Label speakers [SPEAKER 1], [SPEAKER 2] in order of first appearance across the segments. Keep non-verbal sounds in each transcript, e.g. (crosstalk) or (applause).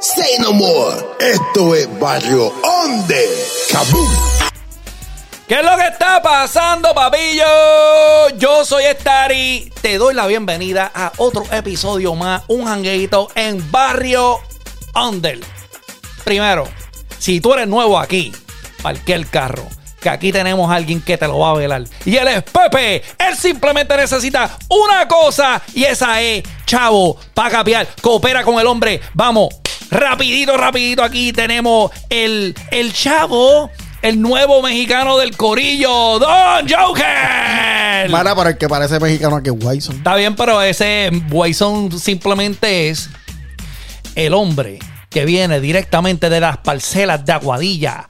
[SPEAKER 1] Say no more. Esto es Barrio Onde. Kaboom.
[SPEAKER 2] ¿Qué es lo que está pasando, papillo? Yo soy Estari. Te doy la bienvenida a otro episodio más, un hangueito en Barrio Under. Primero, si tú eres nuevo aquí, parque el carro. Que aquí tenemos a alguien que te lo va a velar. Y él es Pepe. Él simplemente necesita una cosa. Y esa es, chavo, para capiar. Coopera con el hombre. Vamos, rapidito, rapidito. Aquí tenemos el, el chavo, el nuevo mexicano del corillo, Don
[SPEAKER 3] (laughs)
[SPEAKER 2] Joker.
[SPEAKER 3] Mara, para el que parece mexicano aquí es Wison.
[SPEAKER 2] Está bien, pero ese Wayson simplemente es el hombre que viene directamente de las parcelas de Aguadilla.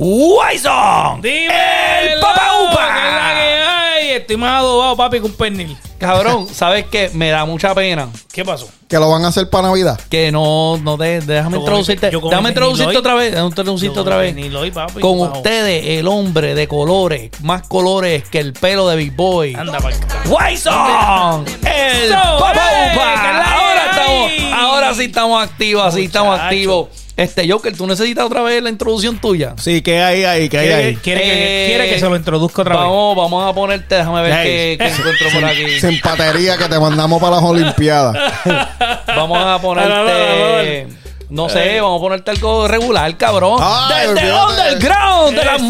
[SPEAKER 2] Wayson, el Papa
[SPEAKER 4] ¿Qué es la que
[SPEAKER 2] Upa.
[SPEAKER 4] hay? Estoy más adobado, papi, con pernil.
[SPEAKER 2] Cabrón, ¿sabes qué? Me da mucha pena
[SPEAKER 4] ¿Qué pasó?
[SPEAKER 3] Que lo van a hacer para Navidad.
[SPEAKER 2] que no, no te, déjame
[SPEAKER 4] Yo comí-
[SPEAKER 2] introducirte,
[SPEAKER 4] yo comí
[SPEAKER 2] déjame
[SPEAKER 4] pernil
[SPEAKER 2] introducirte
[SPEAKER 4] hoy.
[SPEAKER 2] otra vez, déjame introducirte
[SPEAKER 4] Yo este
[SPEAKER 2] otra vez.
[SPEAKER 4] pernil hoy, papi,
[SPEAKER 2] Con
[SPEAKER 4] bajo.
[SPEAKER 2] ustedes, el hombre de colores, más colores que el pelo de Big Boy.
[SPEAKER 4] Anda, pa'l carajo.
[SPEAKER 2] Wyson, el
[SPEAKER 4] Eso,
[SPEAKER 2] Papa
[SPEAKER 4] eh,
[SPEAKER 2] Upa.
[SPEAKER 4] que la
[SPEAKER 2] Ahora
[SPEAKER 4] hay.
[SPEAKER 2] estamos, ahora sí estamos activos, así estamos
[SPEAKER 4] Muchacho.
[SPEAKER 2] activos. Este Joker, tú necesitas otra vez la introducción tuya.
[SPEAKER 3] Sí, que hay ahí, que hay
[SPEAKER 4] ¿Quiere,
[SPEAKER 3] ahí.
[SPEAKER 4] que- quiere que,
[SPEAKER 2] Eh,
[SPEAKER 4] quiere que se lo introduzca otra vez?
[SPEAKER 2] Vamos, vamos a ponerte, déjame ver qué,
[SPEAKER 3] Hey.
[SPEAKER 2] qué encuentro por aquí.
[SPEAKER 3] Sin patería que te mandamos para las Olimpiadas.
[SPEAKER 2] Vamos a ponerte. No sé, vamos a ponerte algo regular, cabrón.
[SPEAKER 3] Ay,
[SPEAKER 2] Desde el
[SPEAKER 3] olvídate.
[SPEAKER 2] underground de las
[SPEAKER 4] Eso,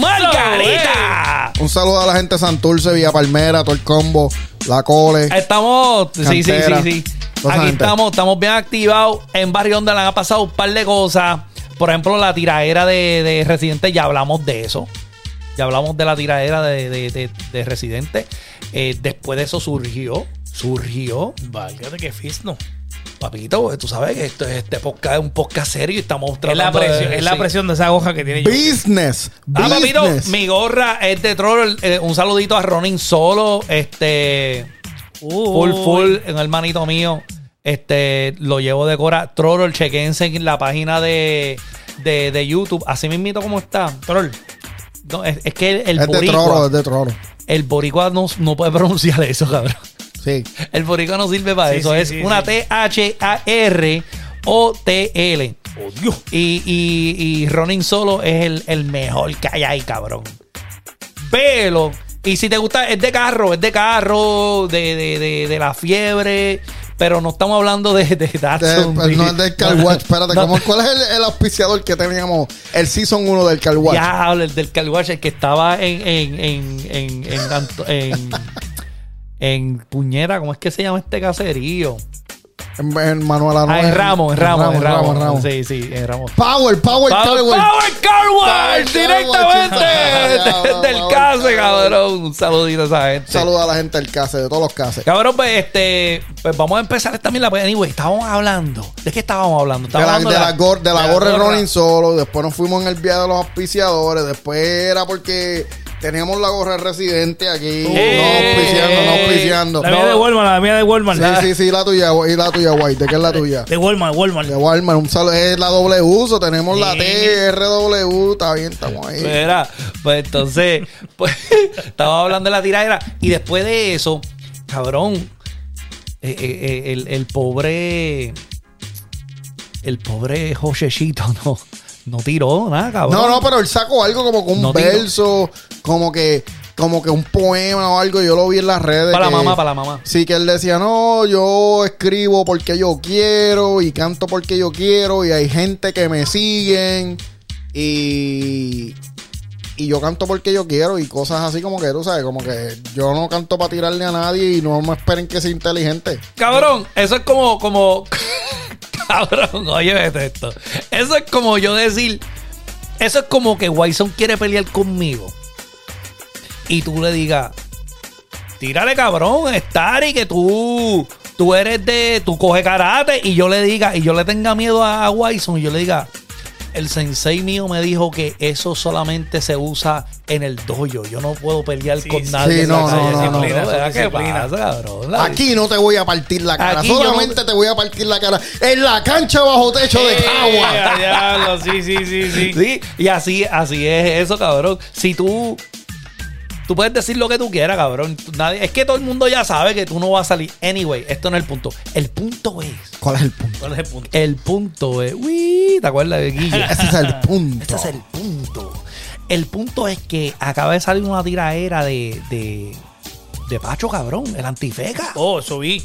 [SPEAKER 2] margaritas.
[SPEAKER 3] Un saludo a la gente de Santurce, Villa Palmera, todo el combo, la cole.
[SPEAKER 2] Estamos, sí, sí, sí,
[SPEAKER 3] Cantera.
[SPEAKER 2] sí.
[SPEAKER 3] Toda esa
[SPEAKER 2] Aquí
[SPEAKER 3] gente.
[SPEAKER 2] estamos, estamos bien activados. En Barrio donde le han pasado un par de cosas. Por ejemplo, la tiradera de, de Residente, ya hablamos de eso. Ya hablamos de la tiradera de, de, de- de Residente. Eh, después de eso surgió, surgió
[SPEAKER 4] Válgate que fisno.
[SPEAKER 2] Papito, tú sabes que esto, este podcast es un podcast serio y estamos
[SPEAKER 4] Es la
[SPEAKER 2] tratando
[SPEAKER 4] presión,
[SPEAKER 2] de-
[SPEAKER 4] es la
[SPEAKER 2] sí.
[SPEAKER 4] presión de esa hoja que tiene yo.
[SPEAKER 3] Business.
[SPEAKER 2] Ah, papito,
[SPEAKER 3] Business.
[SPEAKER 2] mi gorra es de troll. Eh, un saludito a Ronin Solo. Este, full,
[SPEAKER 4] Uy.
[SPEAKER 2] full, un hermanito mío. Este, lo llevo de cora. Troll, chequense en la página de, de, de YouTube. Así mismito como está.
[SPEAKER 4] Troll.
[SPEAKER 2] No, es, es que el, el
[SPEAKER 3] Es de
[SPEAKER 2] boricua,
[SPEAKER 3] troro, es de troro.
[SPEAKER 2] el boricua no, no puede pronunciar eso, cabrón.
[SPEAKER 3] Sí.
[SPEAKER 2] El boricua no sirve para
[SPEAKER 4] Sí,
[SPEAKER 2] eso.
[SPEAKER 4] sí,
[SPEAKER 2] es
[SPEAKER 4] sí,
[SPEAKER 2] una
[SPEAKER 4] sí.
[SPEAKER 2] T-H-A-R-O-T-L.
[SPEAKER 4] Oh, Dios.
[SPEAKER 2] Y, y, y Ronin Solo es el, el mejor que hay ahí, cabrón. Velo. Y si te gusta, es de carro, es de carro, de, de, de, de la fiebre. Pero no estamos hablando de, de
[SPEAKER 3] De- pues,
[SPEAKER 2] Datsun.
[SPEAKER 3] no es del Car Wash.
[SPEAKER 2] (laughs)
[SPEAKER 3] Espérate,
[SPEAKER 2] no.
[SPEAKER 3] ¿cómo- ¿cuál es el, el auspiciador que teníamos? El Season 1 del Car Wash.
[SPEAKER 2] Ya, el del Car Wash, el que estaba en. en, en, en, en, Anto- en- en Puñera, ¿cómo es que se llama este caserío?
[SPEAKER 3] En, en Manuel Anuel.
[SPEAKER 2] Ah, en Ramos, en Ramos, en Ramos.
[SPEAKER 3] en Ramos.
[SPEAKER 2] Sí, sí, en Ramos.
[SPEAKER 3] Power, Power,
[SPEAKER 2] Power,
[SPEAKER 3] Car Wash.
[SPEAKER 2] Power Car Wash,
[SPEAKER 3] Power
[SPEAKER 2] directamente
[SPEAKER 3] Car Wash.
[SPEAKER 2] de- (laughs) del
[SPEAKER 3] Power
[SPEAKER 2] case,
[SPEAKER 3] Car
[SPEAKER 2] cabrón. Un saludito a esa gente.
[SPEAKER 3] Saluda a la gente del case, de todos los cases.
[SPEAKER 2] Cabrón, pues, este, pues vamos a empezar esta mierda. Pues, anyway, estábamos hablando. ¿De qué estábamos hablando?
[SPEAKER 3] De la,
[SPEAKER 2] Estábamos
[SPEAKER 3] de la
[SPEAKER 2] hablando
[SPEAKER 3] gor- de la gorra de
[SPEAKER 2] gorra.
[SPEAKER 3] Rolling Solo, después nos fuimos en el viaje de los auspiciadores, después era porque teníamos la gorra de residente aquí, no auspiciando, no
[SPEAKER 4] La mía de
[SPEAKER 3] auspiciando.
[SPEAKER 4] Walmart, la mía de Walmart. la-
[SPEAKER 3] Sí, sí, sí, la tuya, y la tuya, guay, ¿de qué es la tuya?
[SPEAKER 4] De Walmart, Walmart.
[SPEAKER 3] De Walmart, un saludo, es la W, uso, tenemos la
[SPEAKER 4] Sí.
[SPEAKER 3] T, RW, está bien, estamos ahí.
[SPEAKER 2] Mira, pues entonces, (laughs) pues, estábamos hablando de la tiradera. Y después de eso, cabrón, eh, eh, eh, el, el pobre. El pobre Josechito (laughs) no, no tiró nada, cabrón.
[SPEAKER 3] No, no, pero él sacó algo como que un
[SPEAKER 2] No tiro.
[SPEAKER 3] verso, como que, como que un poema o algo, yo lo vi en las redes.
[SPEAKER 2] Para la
[SPEAKER 3] que-
[SPEAKER 2] mamá, para la mamá.
[SPEAKER 3] Sí, que él decía, no, yo escribo porque yo quiero y canto porque yo quiero y hay gente que me siguen y, y yo canto porque yo quiero y cosas así como que tú sabes, como que yo no canto para tirarle a nadie y no me esperen que sea inteligente.
[SPEAKER 2] Cabrón, eso es como, como. (laughs) Cabrón, oye esto. Eso es como yo decir. Eso es como que Wyson quiere pelear conmigo. Y tú le digas. Tírale, cabrón, estar y que tú. Tú eres de. Tú coges karate. Y yo le diga. Y yo le tenga miedo a, a Wyson. Y yo le diga. El sensei mío me dijo que eso solamente se usa en el dojo. Yo no puedo pelear
[SPEAKER 4] Sí,
[SPEAKER 2] con
[SPEAKER 4] sí,
[SPEAKER 2] nadie.
[SPEAKER 3] sí,
[SPEAKER 2] en
[SPEAKER 3] no,
[SPEAKER 2] la
[SPEAKER 3] no,
[SPEAKER 2] calle.
[SPEAKER 3] no, no,
[SPEAKER 2] Disciplina,
[SPEAKER 4] no,
[SPEAKER 2] ¿verdad? ¿Qué
[SPEAKER 4] disciplina.
[SPEAKER 2] pasa, cabrón? La-
[SPEAKER 3] Aquí no te voy a partir la cara,
[SPEAKER 2] Aquí yo no-
[SPEAKER 3] solamente te voy a partir la cara en la cancha bajo techo de Cagua.
[SPEAKER 4] Eh, diablo, Sí, sí, sí, sí.
[SPEAKER 2] Sí, y así, así es eso, cabrón. Si tú Tú puedes decir lo que tú quieras, cabrón. Tú- Nadie, es que todo el mundo ya sabe que tú no vas a salir. Anyway, esto no es el punto. El punto es.
[SPEAKER 3] ¿Cuál es el punto?
[SPEAKER 4] ¿Cuál es el punto?
[SPEAKER 2] El punto es. Uy, ¿te acuerdas de Guille?
[SPEAKER 3] Ese es el punto.
[SPEAKER 2] Este es el punto. El punto es que acaba de salir una tiraera de. de de Pacho, cabrón, el antifeca.
[SPEAKER 4] Oh, eso vi.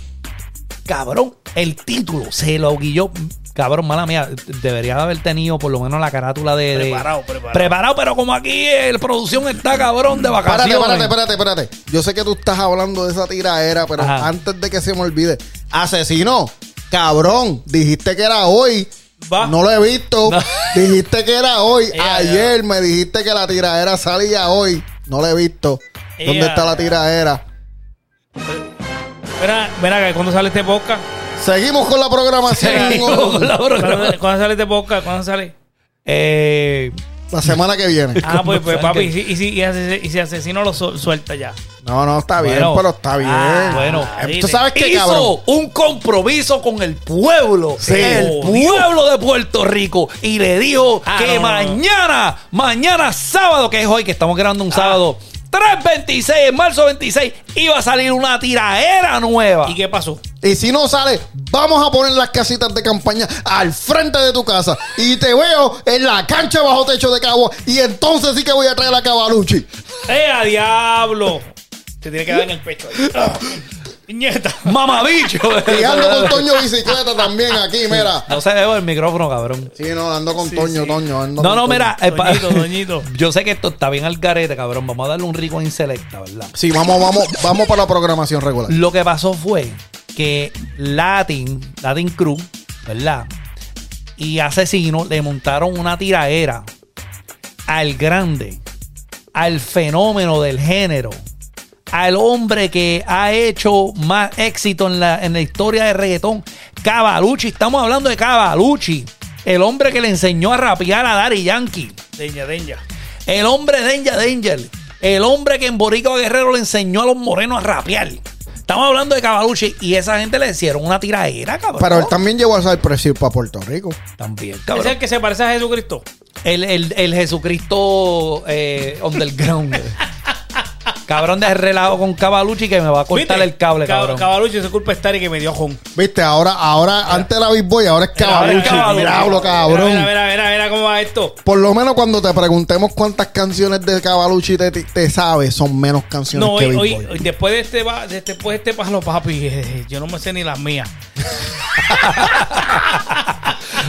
[SPEAKER 2] Cabrón, el título se lo guilló. Cabrón, mala mía, debería haber tenido por lo menos la carátula de. de-
[SPEAKER 4] Preparado, preparado.
[SPEAKER 2] Preparado, pero como aquí el producción está cabrón de
[SPEAKER 3] Espérate,
[SPEAKER 2] vacaciones.
[SPEAKER 3] espérate, espérate, espérate. Yo sé que tú estás hablando de esa tiraera, pero
[SPEAKER 2] Ajá.
[SPEAKER 3] antes de que se me olvide, asesino, cabrón, dijiste que era hoy.
[SPEAKER 4] Va.
[SPEAKER 3] No lo he visto.
[SPEAKER 2] No.
[SPEAKER 3] (laughs) Dijiste que era hoy.
[SPEAKER 4] Ea,
[SPEAKER 3] Ayer me dijiste que la tiraera salía hoy. No lo he visto. ¿Dónde
[SPEAKER 4] Ea.
[SPEAKER 3] está la tiraera?
[SPEAKER 4] Mira, mira que cuando sale este podcast.
[SPEAKER 3] Seguimos con la programación.
[SPEAKER 2] Seguimos con la programa.
[SPEAKER 4] ¿Cuándo, cuándo sale este podcast? ¿Cuándo sale?
[SPEAKER 2] Eh,
[SPEAKER 3] La semana que viene.
[SPEAKER 2] (laughs)
[SPEAKER 4] Ah, pues, pues
[SPEAKER 2] ¿Cómo
[SPEAKER 4] papi,
[SPEAKER 2] sale?
[SPEAKER 4] y si, y, si, y ase- y si asesino lo su- suelta ya.
[SPEAKER 3] No, no, está bien,
[SPEAKER 2] Bueno.
[SPEAKER 3] pero está bien.
[SPEAKER 2] Ah, bueno.
[SPEAKER 3] Eh, Tú sabes qué,
[SPEAKER 2] hizo
[SPEAKER 3] cabrón.
[SPEAKER 2] un compromiso con el pueblo,
[SPEAKER 3] Sí. Oh,
[SPEAKER 2] el pueblo de Puerto Rico, y le dijo
[SPEAKER 4] Ah,
[SPEAKER 2] que
[SPEAKER 4] no, no, no.
[SPEAKER 2] mañana, mañana sábado, que es hoy, que estamos grabando un
[SPEAKER 4] Ah.
[SPEAKER 2] sábado, 3.26, en marzo 26, iba a salir una tiraera nueva.
[SPEAKER 4] ¿Y qué pasó?
[SPEAKER 3] Y si no sale, vamos a poner las casitas de campaña al frente de tu casa. Y te veo en la cancha bajo techo de Cabo. Y entonces sí que voy a traer a Cabaluchi.
[SPEAKER 4] ¡Eh, a diablo! Te tiene que dar en el
[SPEAKER 2] (laughs)
[SPEAKER 4] pecho. ahí. Ah, Nieta.
[SPEAKER 2] Mamabicho.
[SPEAKER 3] Y ando con Toño Bicicleta también aquí, mira.
[SPEAKER 2] no se debe el micrófono, cabrón.
[SPEAKER 3] Sí, no, ando con Toño, Toño. Ando
[SPEAKER 2] No,
[SPEAKER 3] con
[SPEAKER 2] no,
[SPEAKER 3] Toño.
[SPEAKER 2] mira, eh, pa-
[SPEAKER 4] Doñito, doñito.
[SPEAKER 2] (laughs) yo sé que esto está bien al garete, cabrón. Vamos a darle un rico en selecta, ¿verdad?
[SPEAKER 3] Sí, vamos, vamos, vamos para la programación regular.
[SPEAKER 2] Lo que pasó fue que Latin, Latin Crew, ¿verdad? Y Asesino le montaron una tiraera al grande, al fenómeno del género, al hombre que ha hecho más éxito en la, en la historia del reggaetón, Cavalucci. Estamos hablando de Cavalucci, el hombre que le enseñó a rapear a Daddy Yankee.
[SPEAKER 4] Deña, deña.
[SPEAKER 2] El hombre Danger Danger. El hombre que en Boricua Guerrero le enseñó a los morenos a rapear. Estamos hablando de Cavalucci y esa gente le hicieron una tiraera, cabrón.
[SPEAKER 3] Pero él también llevó a precio para Puerto Rico.
[SPEAKER 2] también,
[SPEAKER 4] ¿Ese es
[SPEAKER 2] cabrón.
[SPEAKER 4] el que se parece a Jesucristo?
[SPEAKER 2] El, el- el Jesucristo eh,
[SPEAKER 4] (laughs)
[SPEAKER 2] underground. cabrón de relajo con Cavalucci que me va a cortar
[SPEAKER 4] ¿Viste?
[SPEAKER 2] el cable,
[SPEAKER 4] Cab-
[SPEAKER 2] cabrón.
[SPEAKER 4] Cabalucho, se culpa estar y que me dio jón.
[SPEAKER 3] Viste, ahora, ahora, antes era Big Boy, ahora es
[SPEAKER 4] Ahora es
[SPEAKER 3] Cabaluchi.
[SPEAKER 4] Cabaluchi.
[SPEAKER 3] Diablo, cabrón.
[SPEAKER 4] Mira, mira, mira, mira cómo va esto.
[SPEAKER 3] Por lo menos cuando te preguntemos cuántas canciones de Cabaluchi te, te- te sabes, son menos canciones
[SPEAKER 4] No,
[SPEAKER 3] que
[SPEAKER 4] hoy,
[SPEAKER 3] Big
[SPEAKER 4] hoy,
[SPEAKER 3] Boy.
[SPEAKER 4] hoy después de este va- de- después de este palo, papi, eh, yo no me sé ni las mías.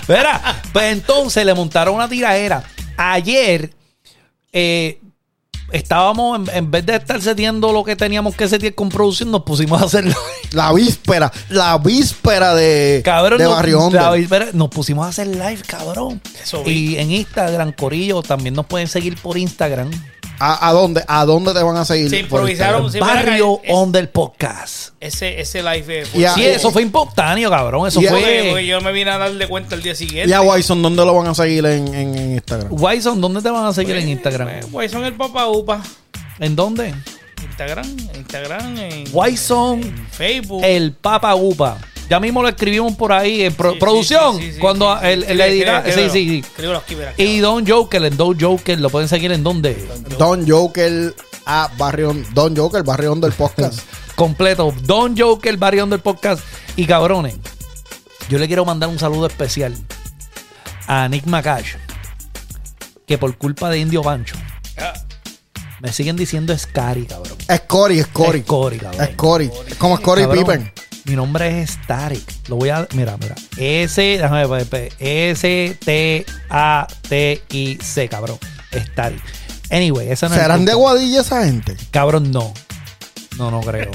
[SPEAKER 2] Verá, pues entonces le montaron una tiraera. Ayer eh, estábamos, en, en vez de estar setiendo lo que teníamos que setear con producción, nos pusimos a hacerlo.
[SPEAKER 3] La víspera, la víspera de,
[SPEAKER 2] Cabrón,
[SPEAKER 3] de
[SPEAKER 2] nos-
[SPEAKER 3] Barrio Hondo.
[SPEAKER 2] la- espera, nos pusimos a hacer live, cabrón.
[SPEAKER 4] Eso
[SPEAKER 2] y
[SPEAKER 4] vi.
[SPEAKER 2] en Instagram, Corillo, también nos pueden seguir por Instagram.
[SPEAKER 3] ¿A, a dónde? ¿A dónde te van a seguir?
[SPEAKER 4] Se
[SPEAKER 3] por
[SPEAKER 4] improvisaron. Sí,
[SPEAKER 2] Barrio
[SPEAKER 4] mira, es-
[SPEAKER 2] On del Podcast.
[SPEAKER 4] Ese, ese live eh,
[SPEAKER 3] Y a-
[SPEAKER 2] Sí,
[SPEAKER 3] eh,
[SPEAKER 2] eso fue espontáneo, cabrón. Eso
[SPEAKER 3] y a-
[SPEAKER 4] Porque,
[SPEAKER 2] fue.
[SPEAKER 4] porque yo me vine a darle cuenta el día
[SPEAKER 3] Instagram? ¿Y
[SPEAKER 4] siguiente.
[SPEAKER 3] a Wyson dónde lo van a seguir en, en- en Instagram?
[SPEAKER 2] Wison, ¿dónde te van a seguir en Instagram?
[SPEAKER 4] Eh, Pues son el Papa Upa.
[SPEAKER 2] ¿En dónde?
[SPEAKER 4] Instagram, Instagram, en,
[SPEAKER 2] Wison,
[SPEAKER 4] en Facebook.
[SPEAKER 2] el Papa Upa. Ya mismo lo escribimos por ahí en pro-
[SPEAKER 4] Sí, sí,
[SPEAKER 2] producción.
[SPEAKER 4] sí, sí, sí,
[SPEAKER 2] cuando
[SPEAKER 4] sí,
[SPEAKER 2] el,
[SPEAKER 4] sí,
[SPEAKER 2] el
[SPEAKER 4] escríbelo,
[SPEAKER 2] edita-
[SPEAKER 4] escríbelo.
[SPEAKER 2] Sí, sí, sí.
[SPEAKER 4] Escríbelo aquí, mira, aquí.
[SPEAKER 2] Y Don Joker, el Don Joker, lo pueden seguir en dónde?
[SPEAKER 3] Don Joker a Barrio Hondo- Don Joker, Barrio Hondo del podcast.
[SPEAKER 2] completo. Don Joker, Barrión del Podcast. Y cabrones, yo le quiero mandar un saludo especial a Nick Macash, que por culpa de Indio Bancho
[SPEAKER 4] Ah,
[SPEAKER 2] me siguen diciendo Scary, cabrón.
[SPEAKER 3] Es Cory, es Cory.
[SPEAKER 2] Es Cory, cabrón.
[SPEAKER 3] Es Cory. Es como es Cory
[SPEAKER 2] Cabrón,
[SPEAKER 3] Pippen.
[SPEAKER 2] Mi nombre es Starik. Lo voy a. Mira, mira. S. Déjame ver, espérate, espérate. S-T-A-T-I-C, cabrón. Starik. Anyway, esa no es.
[SPEAKER 3] ¿Serán de Guadilla esa gente?
[SPEAKER 2] Cabrón, no. No, no creo.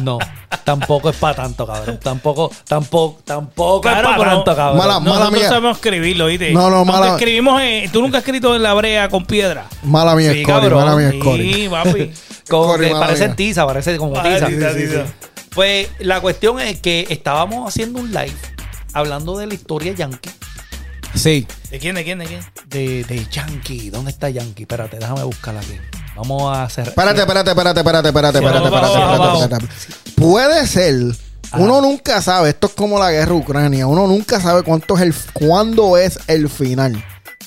[SPEAKER 2] No. Tampoco es para tanto, cabrón. Tampoco, tampoco, tampoco
[SPEAKER 4] Claro,
[SPEAKER 2] es para
[SPEAKER 4] pero-
[SPEAKER 2] tanto, cabrón.
[SPEAKER 3] Mala-
[SPEAKER 4] Nosotros
[SPEAKER 3] mía.
[SPEAKER 4] sabemos escribirlo, ¿viste?
[SPEAKER 3] No, no,
[SPEAKER 4] Aunque
[SPEAKER 3] mala-
[SPEAKER 4] escribimos, eh, tú nunca has escrito en la brea con piedra.
[SPEAKER 3] Mala mía,
[SPEAKER 2] Sí,
[SPEAKER 3] es Cory.
[SPEAKER 2] cabrón,
[SPEAKER 3] Mala mía,
[SPEAKER 2] Es
[SPEAKER 3] es Cory.
[SPEAKER 4] Sí,
[SPEAKER 2] (laughs)
[SPEAKER 4] papi.
[SPEAKER 2] Como
[SPEAKER 3] Corre,
[SPEAKER 2] que
[SPEAKER 3] mala
[SPEAKER 2] parece
[SPEAKER 3] mía.
[SPEAKER 2] tiza, parece como
[SPEAKER 4] Ah,
[SPEAKER 2] tiza.
[SPEAKER 4] tiza, tiza.
[SPEAKER 2] Pues la cuestión es que estábamos haciendo un live hablando de la historia yankee.
[SPEAKER 3] Sí.
[SPEAKER 4] ¿De quién, de quién, de quién?
[SPEAKER 2] De, de Yankee. ¿Dónde está Yankee? Espérate, déjame buscarla aquí. Vamos a hacer.
[SPEAKER 3] Espérate, espérate, espérate, espérate, espérate,
[SPEAKER 4] Sí,
[SPEAKER 3] espérate,
[SPEAKER 4] vamos,
[SPEAKER 3] espérate,
[SPEAKER 4] vamos,
[SPEAKER 3] espérate,
[SPEAKER 4] vamos.
[SPEAKER 3] espérate. Puede ser. Uno nunca sabe, esto es como la guerra de Ucrania, uno nunca sabe cuánto es el, cuándo es el final.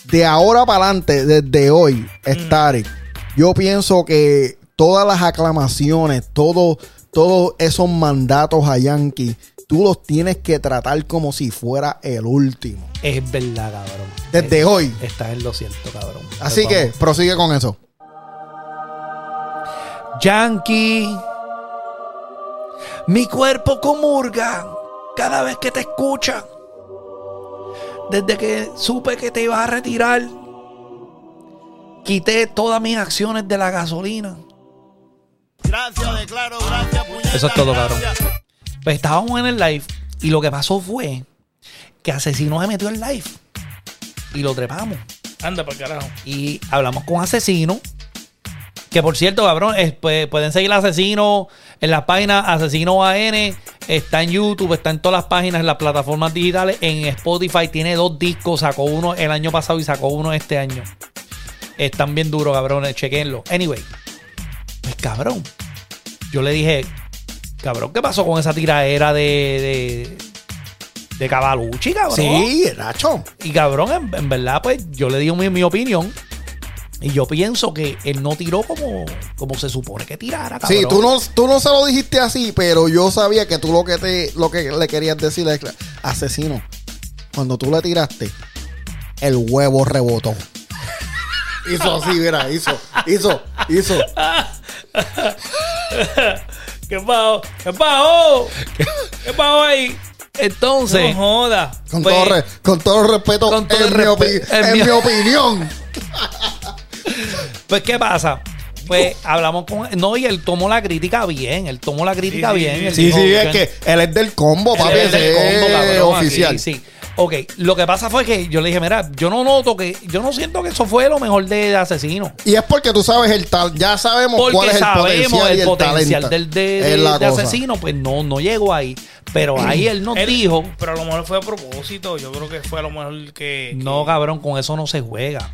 [SPEAKER 3] De ahora para adelante, desde hoy, es Tarek.
[SPEAKER 4] Mm.
[SPEAKER 3] Yo pienso que todas las aclamaciones, todo- todos esos mandatos a Yankee, tú los tienes que tratar como si fuera el último.
[SPEAKER 2] Es verdad, cabrón.
[SPEAKER 3] Desde
[SPEAKER 2] Es-
[SPEAKER 3] hoy.
[SPEAKER 2] Estás en lo cierto, cabrón.
[SPEAKER 4] Pues
[SPEAKER 2] Pues
[SPEAKER 3] Así
[SPEAKER 2] Pero
[SPEAKER 3] que prosigue con eso.
[SPEAKER 2] vamos. Yankee. Mi cuerpo comurga cada vez que te escucha. Desde que supe que te ibas a retirar, quité todas mis acciones de la gasolina.
[SPEAKER 5] Gracias, declaro, gracias, puñeta,
[SPEAKER 2] Eso es todo, cabrón.
[SPEAKER 5] gracias.
[SPEAKER 2] Pues estábamos en el live y lo que pasó fue que Asesino se metió en live y lo trepamos.
[SPEAKER 4] Anda para carajo.
[SPEAKER 2] Y hablamos con Asesino. Que por cierto, cabrón, es- pues, pueden seguir a Asesino en las páginas Asesino AN. Está en YouTube, está en todas las páginas, en las plataformas digitales. En Spotify tiene dos discos. Sacó uno el año pasado y sacó uno este año. Están bien duros, cabrones. Chequenlo. Anyway, pues cabrón. Yo le dije, cabrón, ¿qué pasó con esa tiraera de. de. de Cavalucci, cabrón?
[SPEAKER 3] Sí, Nacho.
[SPEAKER 2] Y cabrón, en, en verdad, pues yo le digo mi, mi opinión. Y yo pienso que él no tiró como, como se supone que tirara, cabrón.
[SPEAKER 3] Sí, tú no, tú no se lo dijiste así, pero yo sabía que tú lo que te, lo que le querías decir es asesino. Cuando tú le tiraste, el huevo rebotó. (laughs) Hizo así, mira, hizo, hizo, hizo.
[SPEAKER 4] ¿Qué pasó? ¿Qué pasó? ¿Qué pasó ahí?
[SPEAKER 2] Entonces,
[SPEAKER 4] No joda.
[SPEAKER 3] Con,
[SPEAKER 2] Pues-
[SPEAKER 3] todo, re- con todo respeto,
[SPEAKER 2] Con todo
[SPEAKER 3] en,
[SPEAKER 2] el
[SPEAKER 3] mi
[SPEAKER 2] respe-
[SPEAKER 3] opi-
[SPEAKER 2] en
[SPEAKER 3] en
[SPEAKER 2] mi-
[SPEAKER 3] mi opinión.
[SPEAKER 2] pues, ¿qué pasa? Pues hablamos con él. No, y él tomó la crítica bien. Él tomó la crítica
[SPEAKER 4] sí,
[SPEAKER 2] bien.
[SPEAKER 4] sí.
[SPEAKER 2] él
[SPEAKER 3] Sí,
[SPEAKER 2] dijo,
[SPEAKER 3] sí, es
[SPEAKER 2] yo-
[SPEAKER 3] que él es del combo, papi,
[SPEAKER 2] Él es del
[SPEAKER 3] ese
[SPEAKER 2] combo,
[SPEAKER 3] es
[SPEAKER 2] cabrón, aquí,
[SPEAKER 3] oficial.
[SPEAKER 2] Sí, Ok, lo que pasa fue que yo le dije, mira, yo no noto que, yo no siento que eso fue lo mejor de, de asesino.
[SPEAKER 3] Y es porque tú sabes el tal, ya sabemos
[SPEAKER 2] Porque
[SPEAKER 3] cuál es el
[SPEAKER 2] sabemos
[SPEAKER 3] potencial y
[SPEAKER 2] el
[SPEAKER 3] el
[SPEAKER 2] potencial
[SPEAKER 3] talento.
[SPEAKER 2] del de,
[SPEAKER 3] Es
[SPEAKER 2] de-
[SPEAKER 3] la
[SPEAKER 2] de
[SPEAKER 3] cosa.
[SPEAKER 2] asesino, pues no, no llegó ahí. Pero ahí él nos
[SPEAKER 4] (clears throat) Él-
[SPEAKER 2] dijo,
[SPEAKER 4] Pero a lo mejor fue a propósito. Yo creo que fue a lo mejor que. que-
[SPEAKER 2] no cabrón, con eso no se juega.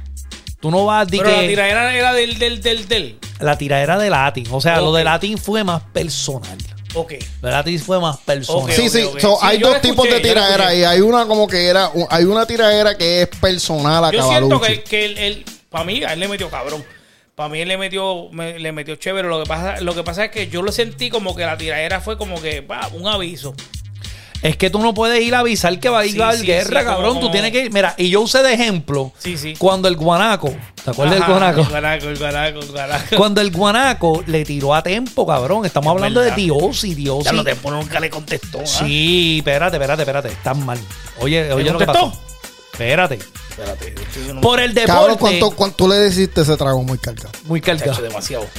[SPEAKER 2] Tú no vas a decir
[SPEAKER 4] Pero
[SPEAKER 2] que
[SPEAKER 4] la
[SPEAKER 2] la,
[SPEAKER 4] tiradera era del, del, del, del.
[SPEAKER 2] tiradera de Latin. O sea, lo
[SPEAKER 4] Ok.
[SPEAKER 2] de Latin fue más personal.
[SPEAKER 4] Ok.
[SPEAKER 2] Lo de Latin fue más personal.
[SPEAKER 4] Ok,
[SPEAKER 3] Sí,
[SPEAKER 4] ok,
[SPEAKER 3] sí,
[SPEAKER 4] ok.
[SPEAKER 3] so,
[SPEAKER 4] Sí,
[SPEAKER 3] hay
[SPEAKER 4] yo
[SPEAKER 3] dos
[SPEAKER 4] la
[SPEAKER 3] tipos
[SPEAKER 4] escuché,
[SPEAKER 3] de
[SPEAKER 4] yo la
[SPEAKER 3] tiraera
[SPEAKER 4] escuché.
[SPEAKER 3] ahí. Hay una como que era, un- hay una tiraera que es personal a
[SPEAKER 4] Yo siento que,
[SPEAKER 3] Cavalucci.
[SPEAKER 4] que él, para mí, a él le metió cabrón. Para mí él le metió, me- le metió chévere. Lo que, pasa, lo que pasa es que yo lo sentí como que la tiradera fue como que, pa, un aviso.
[SPEAKER 2] Es que tú no puedes ir a avisar que va a ir
[SPEAKER 4] Sí,
[SPEAKER 2] a haber
[SPEAKER 4] sí,
[SPEAKER 2] guerra,
[SPEAKER 4] sí, como-
[SPEAKER 2] cabrón. Tú
[SPEAKER 4] como-
[SPEAKER 2] tienes que ir. Mira, y yo usé de ejemplo
[SPEAKER 4] Sí, sí.
[SPEAKER 2] cuando el guanaco. ¿Te acuerdas del
[SPEAKER 4] Ajá,
[SPEAKER 2] guanaco?
[SPEAKER 4] El (laughs) guanaco, el guanaco, el guanaco.
[SPEAKER 2] Cuando el guanaco le tiró a tempo, cabrón. Estamos
[SPEAKER 4] Es
[SPEAKER 2] hablando
[SPEAKER 4] verdad.
[SPEAKER 2] de Dios y Dios.
[SPEAKER 4] Ya lo de Polo nunca le contestó. ¿ah?
[SPEAKER 2] Sí, espérate, espérate, espérate. Estás mal. Oye, oye, lo que
[SPEAKER 4] contestó? Mm.
[SPEAKER 2] pasó. Espérate.
[SPEAKER 4] Espérate, de hecho, yo no
[SPEAKER 2] Por el
[SPEAKER 3] Cabrón,
[SPEAKER 2] deporte.
[SPEAKER 3] ¿cuánto, cuánto le deciste ese trago muy cargado?
[SPEAKER 2] Muy
[SPEAKER 4] me he hecho
[SPEAKER 2] cargado.
[SPEAKER 4] demasiado. (laughs)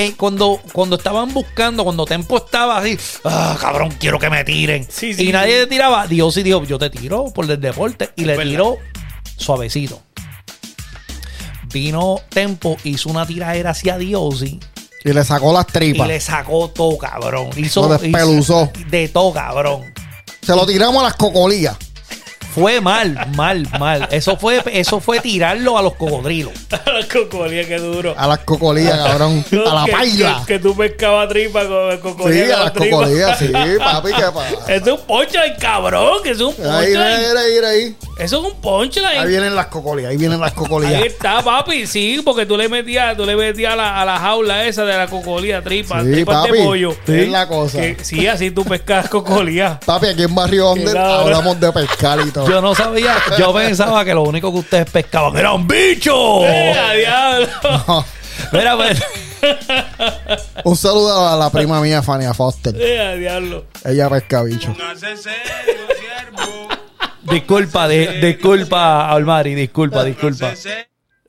[SPEAKER 2] Eh, cuando, cuando estaban buscando, cuando Tempo estaba así, ah, cabrón, quiero que me tiren.
[SPEAKER 4] Sí, sí,
[SPEAKER 2] y nadie
[SPEAKER 4] sí.
[SPEAKER 2] le tiraba. Dios y Dios, yo te tiro por el deporte. Y le
[SPEAKER 4] verdad.
[SPEAKER 2] tiró suavecito. Vino Tempo, hizo una tiradera hacia Dios y
[SPEAKER 3] Y le sacó las
[SPEAKER 2] y
[SPEAKER 3] tripas.
[SPEAKER 2] le sacó todo, cabrón. Hizo,
[SPEAKER 3] Lo despeluzó.
[SPEAKER 2] hizo- de todo, cabrón.
[SPEAKER 3] Se lo tiramos a las cocolías.
[SPEAKER 2] Fue mal, mal, mal. Eso fue, eso fue tirarlo a los cocodrilos.
[SPEAKER 4] La cocolía, qué duro.
[SPEAKER 3] A las cocolías,
[SPEAKER 4] (laughs)
[SPEAKER 3] cabrón. A la
[SPEAKER 4] Que-
[SPEAKER 3] paila.
[SPEAKER 4] Que, que tú pescabas tripa con el
[SPEAKER 3] Sí,
[SPEAKER 4] cocolía.
[SPEAKER 3] a
[SPEAKER 4] con
[SPEAKER 3] las
[SPEAKER 4] tripa.
[SPEAKER 3] cocolías, sí, papi, qué pasa.
[SPEAKER 4] (laughs) Eso es un punchline, cabrón. que Eso es un
[SPEAKER 3] Ahí, mira,
[SPEAKER 4] punchline.
[SPEAKER 3] mira, mira, ahí.
[SPEAKER 4] Eso es un
[SPEAKER 3] Ahí
[SPEAKER 4] punchline.
[SPEAKER 3] vienen las cocolías, ahí vienen las
[SPEAKER 4] Ahí
[SPEAKER 3] cocolías.
[SPEAKER 4] está, papi, sí, porque tú le metías, tú le metías a la, a la jaula esa de la cocolía, tripa,
[SPEAKER 3] Sí,
[SPEAKER 4] tripas
[SPEAKER 3] papi,
[SPEAKER 4] de pollo.
[SPEAKER 3] es la cosa.
[SPEAKER 4] Que- sí, así tú pescas
[SPEAKER 3] (laughs)
[SPEAKER 4] cocolía.
[SPEAKER 3] Papi, aquí en Barrio Under
[SPEAKER 4] cabrón.
[SPEAKER 3] hablamos de pescar y (laughs) todo.
[SPEAKER 2] Yo no sabía, yo pensaba que lo único que ustedes pescaban era un
[SPEAKER 3] Oh.
[SPEAKER 2] bicho.
[SPEAKER 4] ¡Eh, diablo! (laughs)
[SPEAKER 2] Mira, pues,
[SPEAKER 3] Un saludo a la prima mía, Fania Foster.
[SPEAKER 4] ¡Eh, diablo!
[SPEAKER 3] Ella pesca bicho.
[SPEAKER 5] Póngase serio, siervo.
[SPEAKER 2] disculpa, di- disculpa, Almari, disculpa, disculpa.
[SPEAKER 5] Póngase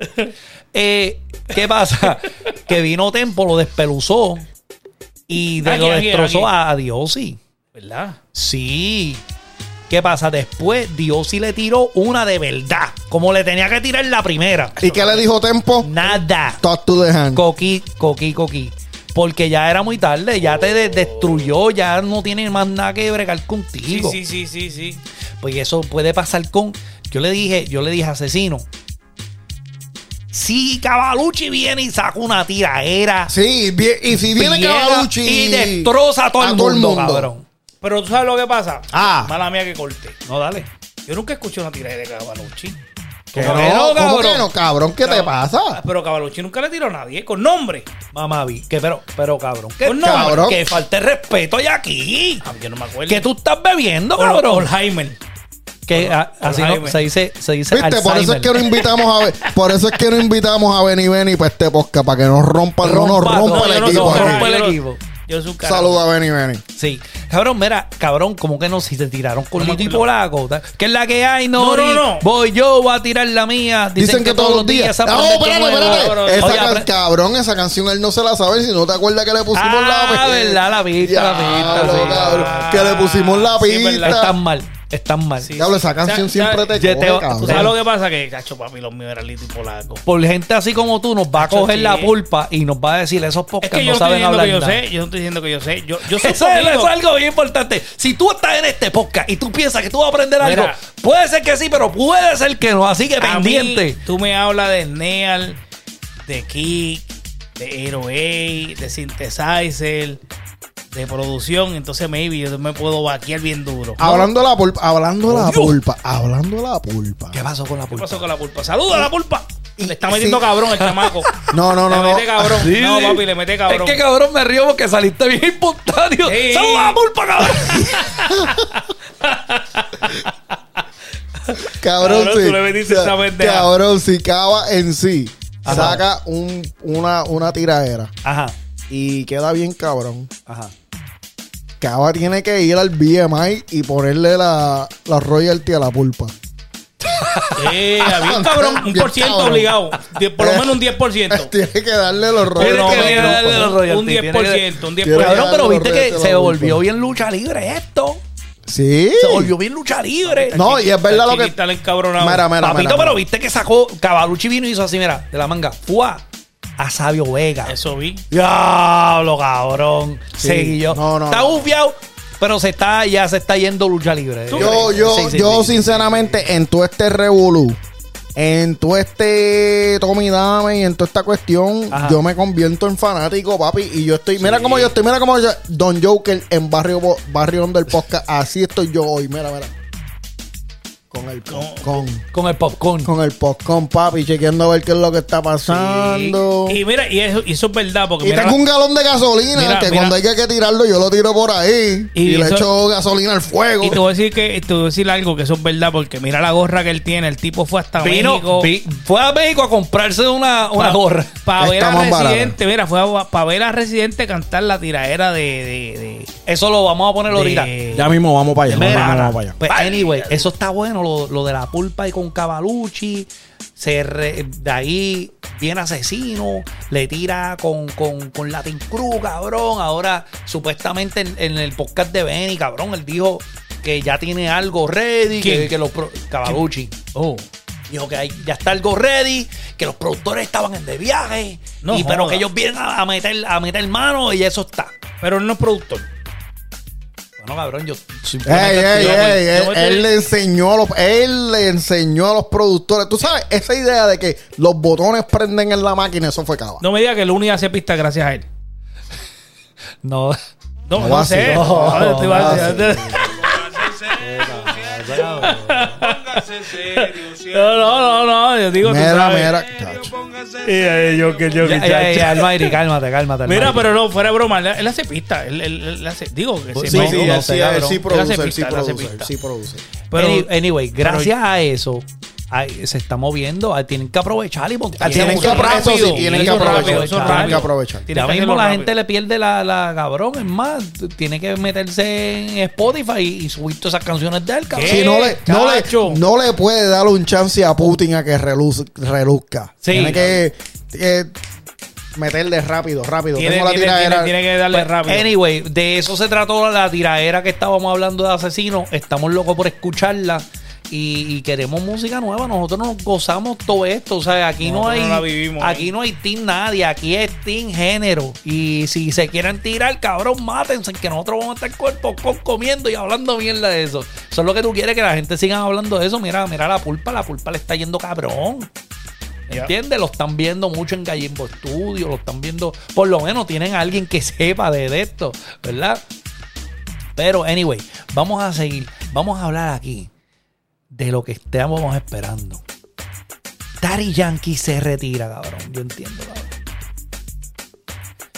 [SPEAKER 5] serio.
[SPEAKER 2] Eh, ¿Qué pasa? Que vino Tempo, lo despeluzó y de
[SPEAKER 4] Aquí,
[SPEAKER 2] lo
[SPEAKER 4] aquí,
[SPEAKER 2] destrozó
[SPEAKER 4] aquí.
[SPEAKER 2] a, a Diosi.
[SPEAKER 4] ¿Verdad?
[SPEAKER 2] Sí. ¿Qué pasa? Después Diosi le tiró una de verdad, como le tenía que tirar la primera.
[SPEAKER 3] ¿Y qué le dijo Tempo?
[SPEAKER 2] Nada.
[SPEAKER 3] Talk to the hand.
[SPEAKER 2] Coqui, coqui, coqui. Porque ya era muy tarde, ya te de- destruyó, ya no tiene más nada que bregar
[SPEAKER 4] Sí,
[SPEAKER 2] contigo.
[SPEAKER 4] sí, sí, sí, sí.
[SPEAKER 2] Pues eso puede pasar con. Yo le dije, yo le dije asesino. Si Cavalucci viene y saca una tiraera,
[SPEAKER 3] Sí, bien- y si viene
[SPEAKER 2] llega
[SPEAKER 3] Cavalucci
[SPEAKER 2] y destroza a todo el mundo, cabrón.
[SPEAKER 4] Pero tú sabes lo que pasa.
[SPEAKER 3] Ah.
[SPEAKER 4] Mala mía que corte.
[SPEAKER 2] No, dale.
[SPEAKER 4] Yo nunca escuché una tirada de Cavalucci.
[SPEAKER 3] Que
[SPEAKER 4] ¿Cómo
[SPEAKER 3] no,
[SPEAKER 4] que no,
[SPEAKER 3] ¿cómo
[SPEAKER 4] cabrón?
[SPEAKER 3] que no, cabrón? ¿Qué te
[SPEAKER 4] Cabrón.
[SPEAKER 3] pasa?
[SPEAKER 4] Ah, Pero Cabaluchi nunca le tiró a nadie, con nombre.
[SPEAKER 2] Mamá, vi. Que pero, pero cabrón. Que,
[SPEAKER 4] Con
[SPEAKER 2] cabrón,
[SPEAKER 3] Pues cabrón.
[SPEAKER 2] Que falte respeto allá aquí.
[SPEAKER 4] Ah, yo no me acuerdo.
[SPEAKER 2] Que tú estás bebiendo,
[SPEAKER 4] Ol-
[SPEAKER 2] cabrón.
[SPEAKER 4] Alzheimer.
[SPEAKER 2] Que a- así no,
[SPEAKER 4] Alzheimer.
[SPEAKER 2] se dice, se dice
[SPEAKER 3] Viste, por eso es
[SPEAKER 2] Alzheimer.
[SPEAKER 3] que no invitamos a Ben- por eso es que no invitamos a Benny Benny para este podcast, para que nos rompa, no nos
[SPEAKER 2] Rompa,
[SPEAKER 3] rompa
[SPEAKER 2] no,
[SPEAKER 3] el
[SPEAKER 2] yo no
[SPEAKER 3] equipo.
[SPEAKER 2] soy-
[SPEAKER 3] aquí.
[SPEAKER 2] rompa el
[SPEAKER 4] Yo no-
[SPEAKER 2] equipo.
[SPEAKER 4] Yo soy un carajo.
[SPEAKER 3] Saluda a Benny Benny.
[SPEAKER 2] Sí. Cabrón, mira, cabrón, como que no, si te tiraron con
[SPEAKER 4] No me
[SPEAKER 2] Lito y
[SPEAKER 4] acuerdo.
[SPEAKER 2] Polaco. ta- Que es la que hay,
[SPEAKER 4] No,
[SPEAKER 2] Nori?
[SPEAKER 4] no, no.
[SPEAKER 2] Voy yo, voy a tirar la mía.
[SPEAKER 3] Dicen, que, todos los días.
[SPEAKER 2] se
[SPEAKER 3] No,
[SPEAKER 2] aprende algo
[SPEAKER 3] espérate,
[SPEAKER 2] nuevo.
[SPEAKER 4] Cabrón,
[SPEAKER 3] espérate. Esa
[SPEAKER 2] Oye,
[SPEAKER 3] can-
[SPEAKER 2] apre-
[SPEAKER 3] cabrón, esa canción él no se la sabe. Si no te acuerdas que le pusimos
[SPEAKER 2] Ah,
[SPEAKER 3] la pista.
[SPEAKER 2] verdad, la pista, la pista,
[SPEAKER 3] Diablo,
[SPEAKER 2] sí.
[SPEAKER 3] cabrón, Que le pusimos la
[SPEAKER 4] Sí, verdad,
[SPEAKER 3] pista.
[SPEAKER 2] Están mal, están mal.
[SPEAKER 4] Sí.
[SPEAKER 3] Diablo, esa canción
[SPEAKER 4] O sea,
[SPEAKER 3] siempre te
[SPEAKER 2] ya te
[SPEAKER 3] coge,
[SPEAKER 2] va-
[SPEAKER 4] ¿Tú sabes
[SPEAKER 3] cabrón.
[SPEAKER 4] lo que pasa? Que, cacho, papi, los míos eran lito y polaco.
[SPEAKER 2] Por gente así como tú, nos va a
[SPEAKER 4] Cacho,
[SPEAKER 2] coger
[SPEAKER 4] sí.
[SPEAKER 2] la pulpa y nos va a decir esos
[SPEAKER 4] Es
[SPEAKER 2] podcasts
[SPEAKER 4] que yo
[SPEAKER 2] no
[SPEAKER 4] no estoy
[SPEAKER 2] saben
[SPEAKER 4] diciendo
[SPEAKER 2] hablar.
[SPEAKER 4] que yo
[SPEAKER 2] nada.
[SPEAKER 4] sé, yo no estoy diciendo que yo sé. Yo,
[SPEAKER 2] (laughs)
[SPEAKER 4] yo
[SPEAKER 2] Eso
[SPEAKER 4] soy
[SPEAKER 2] es, eso es
[SPEAKER 4] conmigo.
[SPEAKER 2] algo bien importante. Si tú estás en este podcast y tú piensas que tú vas a aprender algo,
[SPEAKER 4] Mira.
[SPEAKER 2] puede ser que sí, pero puede ser que no. Así que
[SPEAKER 4] A
[SPEAKER 2] pendiente.
[SPEAKER 4] mí, tú me hablas de Neal, de Kick, de Aeroay, de Synthesizer, de producción. Entonces, maybe yo me puedo vaquear bien duro.
[SPEAKER 3] Hablando de la pulpa, hablando de la
[SPEAKER 2] Dios.
[SPEAKER 3] pulpa, hablando de la pulpa.
[SPEAKER 2] ¿Qué pasó con la
[SPEAKER 4] ¿Qué
[SPEAKER 2] pulpa?
[SPEAKER 4] pasó con la pulpa? ¡Saluda a la pulpa!
[SPEAKER 3] Y-
[SPEAKER 4] Le está metiendo
[SPEAKER 3] sí.
[SPEAKER 4] cabrón el chamaco.
[SPEAKER 3] (laughs) No, no, no,
[SPEAKER 4] Le mete
[SPEAKER 3] no.
[SPEAKER 4] cabrón.
[SPEAKER 2] Sí,
[SPEAKER 4] no,
[SPEAKER 2] sí.
[SPEAKER 4] papi, le mete cabrón.
[SPEAKER 2] Es que cabrón me río porque saliste bien espontáneo.
[SPEAKER 4] Sí.
[SPEAKER 2] ¡Saluda a la pulpa, cabrón!
[SPEAKER 3] (laughs) Cabrón,
[SPEAKER 4] Cabrón,
[SPEAKER 3] sí.
[SPEAKER 4] tú le metiste
[SPEAKER 3] Ca-
[SPEAKER 4] esa pendeja.
[SPEAKER 3] Cabrón, si Cava en sí
[SPEAKER 2] Ajá.
[SPEAKER 3] saca un, una, una tiradera
[SPEAKER 2] Ajá,
[SPEAKER 3] y queda bien cabrón.
[SPEAKER 2] ajá.
[SPEAKER 3] Cava tiene que ir al BMI y ponerle la, la royalty a la pulpa.
[SPEAKER 4] Eh, había un cabrón, un
[SPEAKER 3] Bien
[SPEAKER 4] por ciento
[SPEAKER 3] cabrón.
[SPEAKER 4] obligado. Die- por lo menos un
[SPEAKER 3] (laughs)
[SPEAKER 4] 10%.
[SPEAKER 3] Tiene que darle los
[SPEAKER 2] Tiene
[SPEAKER 3] royalties.
[SPEAKER 2] que
[SPEAKER 3] a la
[SPEAKER 2] darle
[SPEAKER 3] pulpa.
[SPEAKER 2] los royalties,
[SPEAKER 4] Un
[SPEAKER 2] tiene
[SPEAKER 4] 10%, un 10%.
[SPEAKER 3] Tiene
[SPEAKER 2] Cabrón,
[SPEAKER 3] darle
[SPEAKER 2] pero
[SPEAKER 3] los
[SPEAKER 2] viste que
[SPEAKER 3] royalties a la
[SPEAKER 2] se
[SPEAKER 3] pulpa.
[SPEAKER 2] volvió bien lucha libre esto.
[SPEAKER 3] Sí.
[SPEAKER 2] Se volvió bien lucha libre.
[SPEAKER 4] (laughs)
[SPEAKER 3] No, y es verdad lo que.
[SPEAKER 4] Está encabronado.
[SPEAKER 3] Mira, mira,
[SPEAKER 2] Papito,
[SPEAKER 3] mira,
[SPEAKER 2] pero
[SPEAKER 3] mira.
[SPEAKER 2] viste que sacó Cabaluchi vino y hizo así, mira, de la manga. ¡Fua! A Sabio Vega.
[SPEAKER 4] Eso vi.
[SPEAKER 2] Diablo, cabrón.
[SPEAKER 3] Sí.
[SPEAKER 2] Seguí yo.
[SPEAKER 3] No, no,
[SPEAKER 2] está
[SPEAKER 3] no.
[SPEAKER 2] bufiado, pero se está, ya se está yendo lucha libre.
[SPEAKER 3] Yo, yo,
[SPEAKER 2] Sí, sí,
[SPEAKER 3] yo,
[SPEAKER 2] sí.
[SPEAKER 3] sinceramente, en todo este revolú, en todo este Tommy Dame y en toda esta cuestión,
[SPEAKER 2] Ajá.
[SPEAKER 3] yo me convierto en fanático, papi. Y yo estoy, mira cómo yo estoy, mira cómo yo, Don Joker en Barrio, Bo- barrio del Podcast. Así estoy yo hoy, mira, mira. Con el popcorn.
[SPEAKER 2] Con el popcorn.
[SPEAKER 3] Con el popcorn, papi, chequeando a ver qué es lo que está pasando.
[SPEAKER 4] Y mira, y eso, y eso es verdad. Porque
[SPEAKER 3] Y
[SPEAKER 4] mira,
[SPEAKER 3] tengo un galón de gasolina
[SPEAKER 4] Mira,
[SPEAKER 3] que
[SPEAKER 4] mira.
[SPEAKER 3] cuando hay que, que tirarlo yo lo tiro por ahí
[SPEAKER 4] Y
[SPEAKER 3] y, le
[SPEAKER 4] eso-
[SPEAKER 3] echo gasolina al fuego.
[SPEAKER 4] Y te voy a decir que te voy a decir algo que eso es verdad, porque mira la gorra que él tiene, el tipo fue hasta
[SPEAKER 2] Vino,
[SPEAKER 4] México.
[SPEAKER 2] vi- fue a México a comprarse una, una gorra.
[SPEAKER 4] Para ver
[SPEAKER 3] Está
[SPEAKER 4] a
[SPEAKER 3] más barato.
[SPEAKER 4] Residente, mira, fue para ver a Residente cantar la tiraera de, de, de-
[SPEAKER 2] Eso lo vamos a poner ahorita.
[SPEAKER 4] de-
[SPEAKER 3] mismo vamos para
[SPEAKER 2] Mira,
[SPEAKER 3] para
[SPEAKER 2] pues, anyway, eso está bueno, lo, lo de la pulpa y con Cavalucci. Se re- de ahí viene asesino, le tira con, con, con Latin Cruz, cabrón. Ahora, supuestamente en, en el podcast de Benny, cabrón, él dijo que ya tiene algo ready, que,
[SPEAKER 4] ¿Quién?
[SPEAKER 2] que los pro- Cavalucci. Oh. Dijo que hay- ya está algo ready, que los productores estaban en de viaje,
[SPEAKER 4] No
[SPEAKER 2] y, pero
[SPEAKER 4] joda.
[SPEAKER 2] que ellos vienen a, a meter, a meter mano y eso está.
[SPEAKER 4] Pero él no es productor.
[SPEAKER 2] Bueno, cabrón, yo
[SPEAKER 3] Ey,
[SPEAKER 2] simplemente
[SPEAKER 3] ey,
[SPEAKER 2] estoy-
[SPEAKER 3] ey,
[SPEAKER 4] yo
[SPEAKER 3] él,
[SPEAKER 4] voy a
[SPEAKER 3] él
[SPEAKER 4] tener-
[SPEAKER 3] le enseñó a los, él le enseñó a los productores. Tú sabes, esa idea de que los botones prenden en la máquina, eso fue cava.
[SPEAKER 4] No me diga que el único hace pista gracias a él.
[SPEAKER 2] No.
[SPEAKER 4] No,
[SPEAKER 3] No,
[SPEAKER 4] no,
[SPEAKER 3] así,
[SPEAKER 4] sé.
[SPEAKER 3] no,
[SPEAKER 4] No, te iba a
[SPEAKER 3] así.
[SPEAKER 4] decir-
[SPEAKER 5] Póngase serio, póngase serio,
[SPEAKER 4] no, no, no, no, yo digo, tú
[SPEAKER 3] Mira,
[SPEAKER 4] sabes. Eh,
[SPEAKER 3] mera chacho.
[SPEAKER 5] póngase
[SPEAKER 4] Y, eh, yo que- yo que-
[SPEAKER 2] Ya, ya, ya, Almighty, cálmate, cálmate.
[SPEAKER 4] Mira,
[SPEAKER 2] Almighty.
[SPEAKER 4] pero no, fuera de broma, él, él hace pista. Él, él- él hace, digo que
[SPEAKER 2] Sí,
[SPEAKER 3] Sí, sí,
[SPEAKER 4] no, no,
[SPEAKER 3] él
[SPEAKER 4] no
[SPEAKER 3] sí,
[SPEAKER 4] sé,
[SPEAKER 3] él
[SPEAKER 4] cabrón.
[SPEAKER 3] sí
[SPEAKER 4] Él
[SPEAKER 3] produce,
[SPEAKER 4] hace
[SPEAKER 3] él sí
[SPEAKER 4] pista, él hace
[SPEAKER 3] produce, él
[SPEAKER 4] pista.
[SPEAKER 3] sí produce.
[SPEAKER 4] Pero,
[SPEAKER 2] Any- anyway, gracias a eso ay, se está moviendo. ay, tienen que aprovechar y montar.
[SPEAKER 3] Ah, tienen
[SPEAKER 2] Eso
[SPEAKER 3] que
[SPEAKER 2] es
[SPEAKER 3] aprovechar,
[SPEAKER 2] rápido,
[SPEAKER 3] sí, tienen
[SPEAKER 2] eso
[SPEAKER 3] que
[SPEAKER 2] es
[SPEAKER 3] aprovechar,
[SPEAKER 2] rápido, eso es
[SPEAKER 3] tienen que
[SPEAKER 2] rápido.
[SPEAKER 3] aprovechar.
[SPEAKER 4] Tiene
[SPEAKER 2] Ya
[SPEAKER 4] que
[SPEAKER 2] mismo
[SPEAKER 4] hacerlo
[SPEAKER 2] la
[SPEAKER 4] rápido.
[SPEAKER 2] gente le pierde la, la cabrón. Es más, tiene que meterse en Spotify y, y subir todas esas canciones de él, cabrón.
[SPEAKER 4] ¿Qué?
[SPEAKER 3] Si no le, no,
[SPEAKER 4] Eh, chacho.
[SPEAKER 3] le, no le puede dar un chance a Putin a que reluz- reluzca.
[SPEAKER 2] Sí.
[SPEAKER 3] Tiene que eh, meterle rápido, rápido.
[SPEAKER 4] Tiene,
[SPEAKER 3] Tengo la
[SPEAKER 4] tiene-
[SPEAKER 3] tiradera.
[SPEAKER 4] tiene- tiene que darle rápido.
[SPEAKER 2] Pues, Anyway, de eso se trató la, la tiraera que estábamos hablando de asesino. Estamos locos por escucharla y, y queremos música nueva. Nosotros nos gozamos todo esto. O sea, aquí no hay.
[SPEAKER 4] Nosotros no la vivimos,
[SPEAKER 2] aquí
[SPEAKER 4] ¿eh?
[SPEAKER 2] no hay team nadie. Aquí es team género. Y si se quieren tirar, cabrón, mátense. Que nosotros vamos a estar cuerpo con comiendo y hablando mierda de eso. Eso es lo que tú quieres que la gente siga hablando de eso. Mira, mira la pulpa. La pulpa le está yendo cabrón.
[SPEAKER 4] Ya.
[SPEAKER 2] ¿Entiendes? Lo están viendo mucho en Gallimbo Studio, lo están viendo, por lo menos tienen a alguien que (laughs) sepa de, de esto, ¿verdad? Pero, anyway, vamos a seguir, vamos a hablar aquí de lo que estamos esperando. Daddy Yankee se retira, cabrón. Yo entiendo, cabrón.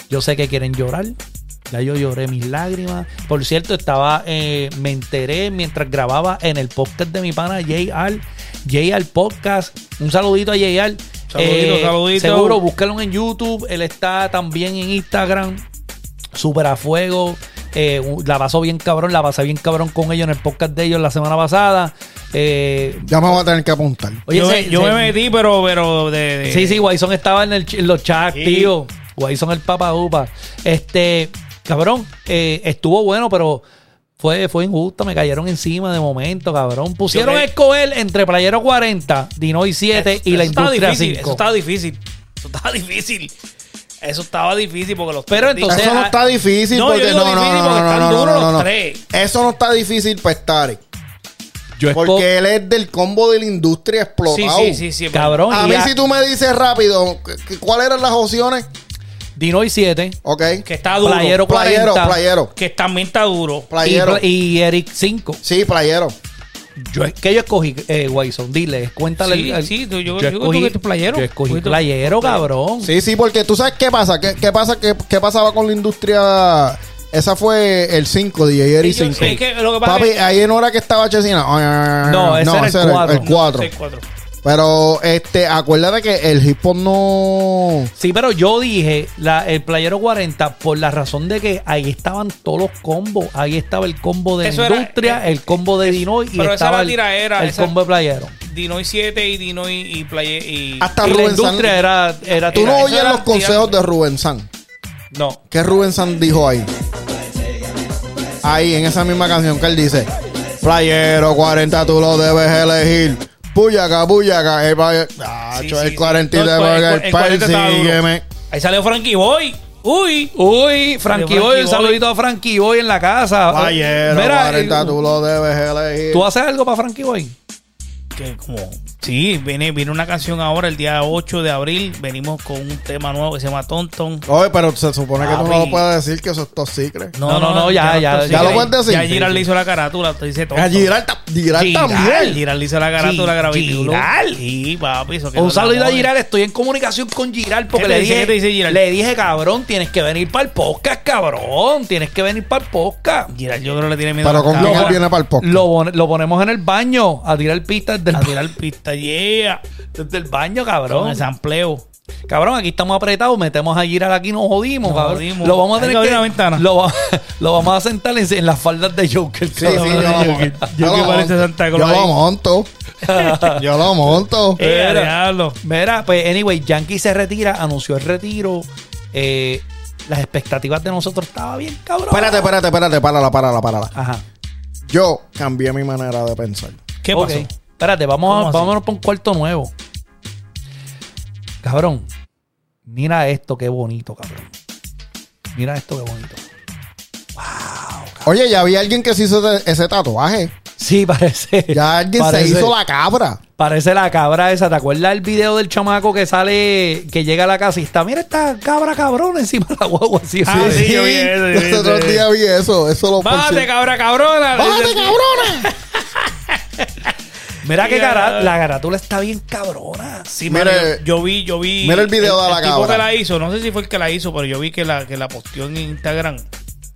[SPEAKER 2] Yo sé que quieren llorar. Ya yo lloré mis lágrimas. Por cierto, estaba, eh, me enteré mientras grababa en el podcast de mi pana JR. JR Podcast. Un saludito a JR.
[SPEAKER 4] Saludito, saludito.
[SPEAKER 2] Seguro, búscalo en YouTube. Él está también en Instagram. Super a fuego. Eh, u- la pasó bien cabrón. La pasé bien cabrón con ellos en el podcast de ellos la semana pasada. Eh,
[SPEAKER 3] Ya me voy a tener que apuntar.
[SPEAKER 2] oye,
[SPEAKER 4] yo
[SPEAKER 2] se-
[SPEAKER 4] yo
[SPEAKER 2] se-
[SPEAKER 4] me metí, pero, pero de, de-
[SPEAKER 2] Sí, sí, Guayson estaba en, el ch- en los chats,
[SPEAKER 4] Eh, Sí.
[SPEAKER 2] tío. Guayson el Papa Upa. Este, cabrón, eh, estuvo bueno, pero fue, fue injusto. Me cayeron encima de momento, cabrón. Pusieron
[SPEAKER 4] Yo me-
[SPEAKER 2] Escobar entre Playero 40, Dinoy 7 y la
[SPEAKER 4] estaba
[SPEAKER 2] Industria
[SPEAKER 4] difícil,
[SPEAKER 2] 5.
[SPEAKER 4] Eso estaba difícil. Eso estaba (laughs) difícil. Eso estaba difícil porque los
[SPEAKER 2] Pero
[SPEAKER 4] tres-
[SPEAKER 2] entonces-
[SPEAKER 3] eso no está difícil
[SPEAKER 4] No, yo
[SPEAKER 3] porque
[SPEAKER 4] digo
[SPEAKER 3] no, no,
[SPEAKER 4] difícil
[SPEAKER 3] no,
[SPEAKER 4] porque
[SPEAKER 3] no,
[SPEAKER 4] están
[SPEAKER 3] no, no,
[SPEAKER 4] duros
[SPEAKER 3] no,
[SPEAKER 4] los
[SPEAKER 3] no.
[SPEAKER 4] tres.
[SPEAKER 3] Eso no está difícil para Stari.
[SPEAKER 2] Yo esco-
[SPEAKER 3] Porque él es del combo de la industria
[SPEAKER 4] Pues sí,
[SPEAKER 3] explotado.
[SPEAKER 4] sí, sí, sí, es verdad.
[SPEAKER 2] ah, Cabrón,
[SPEAKER 3] A
[SPEAKER 2] y
[SPEAKER 3] mí
[SPEAKER 2] a-
[SPEAKER 3] si tú me dices rápido ¿cu- cuáles eran las opciones,
[SPEAKER 2] Dinoy 7,
[SPEAKER 3] ok.
[SPEAKER 4] Que está duro.
[SPEAKER 2] Playero 40.
[SPEAKER 3] Playero, playero,
[SPEAKER 4] Que también está duro.
[SPEAKER 2] y,
[SPEAKER 3] playero.
[SPEAKER 2] Pla- y Eric 5.
[SPEAKER 3] Sí, playero.
[SPEAKER 2] Yo, ¿Qué yo escogí, eh, Guayson? Dile, cuéntale.
[SPEAKER 4] Sí,
[SPEAKER 2] el- el-
[SPEAKER 4] sí, tú- yo- yo creo que tú playero.
[SPEAKER 2] Yo escogí
[SPEAKER 4] Fuiste-
[SPEAKER 2] playero, cabrón.
[SPEAKER 3] Sí, sí, porque tú sabes qué pasa, qué, qué pasa, qué, qué pasaba con la industria. Esa fue el 5, DJ Eri
[SPEAKER 4] Sí, yo-
[SPEAKER 3] 5.
[SPEAKER 4] es que lo que pasa
[SPEAKER 3] Papi,
[SPEAKER 4] es-
[SPEAKER 3] ahí no era que estaba Chesina. Ah,
[SPEAKER 2] No, ese era el cuatro.
[SPEAKER 3] el 4.
[SPEAKER 4] Sí, cuatro.
[SPEAKER 3] Pero este, acuérdate que el hip hop no.
[SPEAKER 2] Sí, pero yo dije la- el Playero 40 por la razón de que ahí estaban todos los combos. Ahí estaba el combo de
[SPEAKER 4] Eso era-
[SPEAKER 2] Industria,
[SPEAKER 4] eh,
[SPEAKER 2] el combo de Dinoy y
[SPEAKER 4] pero esa
[SPEAKER 2] estaba
[SPEAKER 4] era
[SPEAKER 2] el,
[SPEAKER 4] tiraera,
[SPEAKER 2] el
[SPEAKER 4] esa-
[SPEAKER 2] combo de Playero.
[SPEAKER 4] Dinoy 7 y Dinoy y Player. Y...
[SPEAKER 3] Hasta
[SPEAKER 2] Y la
[SPEAKER 3] Rubén San.
[SPEAKER 2] Industria era, era
[SPEAKER 3] Tú no
[SPEAKER 2] tiraera.
[SPEAKER 4] eso
[SPEAKER 3] oyes
[SPEAKER 4] era
[SPEAKER 3] los consejos
[SPEAKER 4] tirando.
[SPEAKER 3] de Rubén San.
[SPEAKER 4] No.
[SPEAKER 3] ¿Qué Rubén San dijo ahí? Ahí, en esa misma canción que él dice: Playero 40, tú lo debes elegir. Puyaca, puyaca, el player. Ah,
[SPEAKER 4] Sí,
[SPEAKER 3] cho,
[SPEAKER 4] sí,
[SPEAKER 3] el
[SPEAKER 4] sí.
[SPEAKER 3] 40
[SPEAKER 4] No, el cua- el cua-
[SPEAKER 3] el
[SPEAKER 4] el 40 estaba duro.
[SPEAKER 3] persígueme.
[SPEAKER 4] Ahí salió Frankie Boy. Uy.
[SPEAKER 2] Uy, Frankie
[SPEAKER 4] Frankie
[SPEAKER 2] Boy,
[SPEAKER 4] Boy.
[SPEAKER 2] un saludito a Frankie Boy en la casa.
[SPEAKER 4] Ah,
[SPEAKER 3] Playero
[SPEAKER 2] Mira,
[SPEAKER 3] 40, tú lo debes elegir.
[SPEAKER 2] ¿tú haces algo para Frankie Boy?
[SPEAKER 4] Que como. Sí, viene, viene una canción ahora, el día 8 de abril. Venimos con un tema nuevo que se llama Tonton.
[SPEAKER 3] Oye, pero se supone que tú no
[SPEAKER 4] Papi.
[SPEAKER 3] lo puedes decir que eso es top secret.
[SPEAKER 2] No, no, no, ya, ya,
[SPEAKER 4] entonces,
[SPEAKER 3] ya lo puedes decir.
[SPEAKER 4] Ya Giral le hizo la carátula, te dice Tonton.
[SPEAKER 3] A Giral, ta- Giral
[SPEAKER 2] Giral.
[SPEAKER 3] también.
[SPEAKER 4] Giral le hizo la carátula,
[SPEAKER 2] Gi-
[SPEAKER 4] grabitulo.
[SPEAKER 2] Giral.
[SPEAKER 4] Sí, papi. Eso que no
[SPEAKER 2] Un
[SPEAKER 4] es
[SPEAKER 2] saludo
[SPEAKER 4] la
[SPEAKER 2] a
[SPEAKER 4] moda.
[SPEAKER 2] Giral, estoy en comunicación con Giral porque
[SPEAKER 4] ¿Qué
[SPEAKER 2] le
[SPEAKER 4] te dice?
[SPEAKER 2] dije,
[SPEAKER 4] ¿Qué te dice Giral?
[SPEAKER 2] le dije, cabrón, tienes que venir para el podcast, cabrón, tienes que venir para el podcast.
[SPEAKER 4] Giral yo creo que le tiene miedo
[SPEAKER 3] Pero con
[SPEAKER 4] a
[SPEAKER 3] quién él
[SPEAKER 2] Lo-
[SPEAKER 3] viene para el podcast.
[SPEAKER 2] Lo, pon- lo ponemos en el baño a tirar pistas del,
[SPEAKER 4] A tirar pista, yeah.
[SPEAKER 2] (laughs) desde el baño,
[SPEAKER 4] Con
[SPEAKER 2] cabrón.
[SPEAKER 4] el sampleo.
[SPEAKER 2] Cabrón, aquí estamos apretados, metemos a Giral aquí, nos jodimos,
[SPEAKER 4] Nos
[SPEAKER 2] cabrón.
[SPEAKER 4] jodimos.
[SPEAKER 2] Lo vamos a
[SPEAKER 4] Hay
[SPEAKER 2] tener
[SPEAKER 4] que
[SPEAKER 2] que,
[SPEAKER 4] abrir la ventana.
[SPEAKER 2] Lo, va- (laughs) lo vamos a sentar en, en las faldas de Joker.
[SPEAKER 3] Sí, sí,
[SPEAKER 2] cabrón.
[SPEAKER 3] yo, lo
[SPEAKER 4] Yo
[SPEAKER 3] monto.
[SPEAKER 4] que- (laughs) yo que
[SPEAKER 3] lo
[SPEAKER 4] parece
[SPEAKER 3] monto.
[SPEAKER 4] Santa
[SPEAKER 3] Yo
[SPEAKER 4] Claus
[SPEAKER 3] lo
[SPEAKER 4] ahí.
[SPEAKER 3] monto.
[SPEAKER 4] (laughs)
[SPEAKER 3] Yo lo monto.
[SPEAKER 4] Eh,
[SPEAKER 2] Era.
[SPEAKER 4] diablo.
[SPEAKER 2] Mira, pues anyway, Yankee se retira, anunció el retiro. eh, las expectativas de nosotros estaban bien, cabrón.
[SPEAKER 3] Espérate, espérate, espérate. Párala, párala, párala.
[SPEAKER 2] Ajá.
[SPEAKER 3] Yo cambié mi manera de pensar.
[SPEAKER 4] ¿Qué
[SPEAKER 2] Ok,
[SPEAKER 4] pasó?
[SPEAKER 2] Espérate, vamos
[SPEAKER 4] ¿Cómo
[SPEAKER 2] a,
[SPEAKER 4] así?
[SPEAKER 2] vámonos por un cuarto nuevo. Cabrón, mira esto, qué bonito, cabrón. Mira esto, qué bonito.
[SPEAKER 3] Oye, ya había alguien que se hizo de- ese tatuaje.
[SPEAKER 2] Sí, parece.
[SPEAKER 3] Ya alguien
[SPEAKER 2] parece-
[SPEAKER 3] se hizo la cabra.
[SPEAKER 2] Parece la cabra esa. ¿Te acuerdas el video del chamaco que sale, que llega a la casa y está, mira esta cabra cabrón encima de la guagua así?
[SPEAKER 4] Ah,
[SPEAKER 2] así.
[SPEAKER 4] sí, yo vi eso, yo vi
[SPEAKER 3] Los otros
[SPEAKER 4] eso.
[SPEAKER 3] días vi eso. Eso lo
[SPEAKER 4] Bájate,
[SPEAKER 3] posté.
[SPEAKER 4] cabra cabrona.
[SPEAKER 3] ¡Bájate, cabrona!
[SPEAKER 2] Mira que
[SPEAKER 4] Mira.
[SPEAKER 2] cara, la carátula está bien cabrona.
[SPEAKER 4] Sí,
[SPEAKER 3] Mire-
[SPEAKER 4] mano, yo, yo vi, yo vi.
[SPEAKER 3] mira el video de la
[SPEAKER 4] tipo
[SPEAKER 3] cabra.
[SPEAKER 4] que la hizo, no sé si fue el que la hizo, pero yo vi que la, que la posteó en Instagram.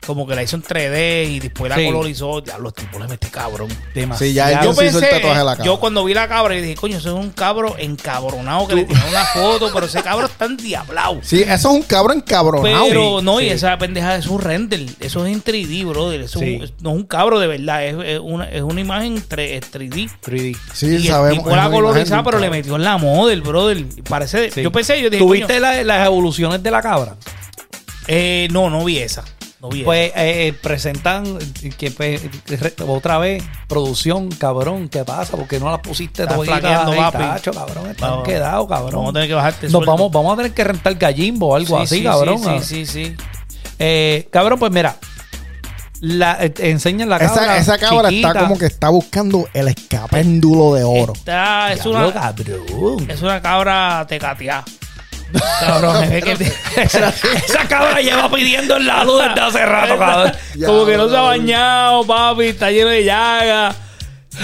[SPEAKER 4] Como que la hizo en 3D y después la
[SPEAKER 2] Sí.
[SPEAKER 4] colorizó. Ya los tipos le metí cabrón.
[SPEAKER 2] Demasiado.
[SPEAKER 3] Sí, ya él
[SPEAKER 4] Yo
[SPEAKER 3] se hizo el
[SPEAKER 4] pensé,
[SPEAKER 3] tatuaje de la cabra.
[SPEAKER 4] yo cuando vi la cabra, yo dije, coño, eso es un cabro encabronado que le tiró una foto, pero ese cabro está endiablado.
[SPEAKER 3] Sí, eso es un cabrón encabronado.
[SPEAKER 4] Pero no, y
[SPEAKER 2] sí.
[SPEAKER 4] esa pendeja es un render. Eso es en 3D, brother. Eso es un-
[SPEAKER 2] Sí.
[SPEAKER 4] es- no es un cabro de verdad. Es, es una, es una imagen tre- es 3D.
[SPEAKER 2] 3D.
[SPEAKER 3] Sí,
[SPEAKER 4] y el
[SPEAKER 3] sabemos.
[SPEAKER 4] tipo la
[SPEAKER 3] es una imagen de
[SPEAKER 4] colorizaba,
[SPEAKER 3] un
[SPEAKER 4] pero le
[SPEAKER 3] cabrón.
[SPEAKER 4] metió en la model, brother. Y Parece,
[SPEAKER 2] Sí.
[SPEAKER 4] Yo pensé, yo dije,
[SPEAKER 2] ¿Tuviste
[SPEAKER 4] coño,
[SPEAKER 2] la- las evoluciones de la cabra?
[SPEAKER 4] eh, no, no vi esa. No vi
[SPEAKER 2] Pues eh, presentan eh, que pues, re- otra vez producción, cabrón, ¿qué pasa? Porque no la pusiste
[SPEAKER 4] Estás
[SPEAKER 2] todita
[SPEAKER 4] flaqueando,
[SPEAKER 2] ahí,
[SPEAKER 4] papi.
[SPEAKER 2] tacho, cabrón, están
[SPEAKER 4] Vamos.
[SPEAKER 2] quedados,
[SPEAKER 4] esa.
[SPEAKER 2] cabrón.
[SPEAKER 4] Vamos a tener que bajarte el
[SPEAKER 2] Nos
[SPEAKER 4] sueldo.
[SPEAKER 2] vamos, vamos a tener que rentar gallimbo o algo
[SPEAKER 4] Sí,
[SPEAKER 2] así,
[SPEAKER 4] sí,
[SPEAKER 2] cabrón. ah.
[SPEAKER 4] Sí, sí, sí, sí.
[SPEAKER 2] Eh, cabrón, pues mira, la, eh, te enseñan la cabra.
[SPEAKER 3] Esa, esa cabra está
[SPEAKER 2] chiquita.
[SPEAKER 3] como que está buscando el escapéndulo de oro.
[SPEAKER 4] Está- es,
[SPEAKER 2] Diablo,
[SPEAKER 4] una,
[SPEAKER 2] cabrón.
[SPEAKER 4] es una cabra tecateada. (laughs) Cabrón, es que
[SPEAKER 2] Esa, (laughs) esa cabra lleva pidiendo el lado desde hace rato, cabrón.
[SPEAKER 4] Como que no se ha bañado, papi, está lleno de llaga.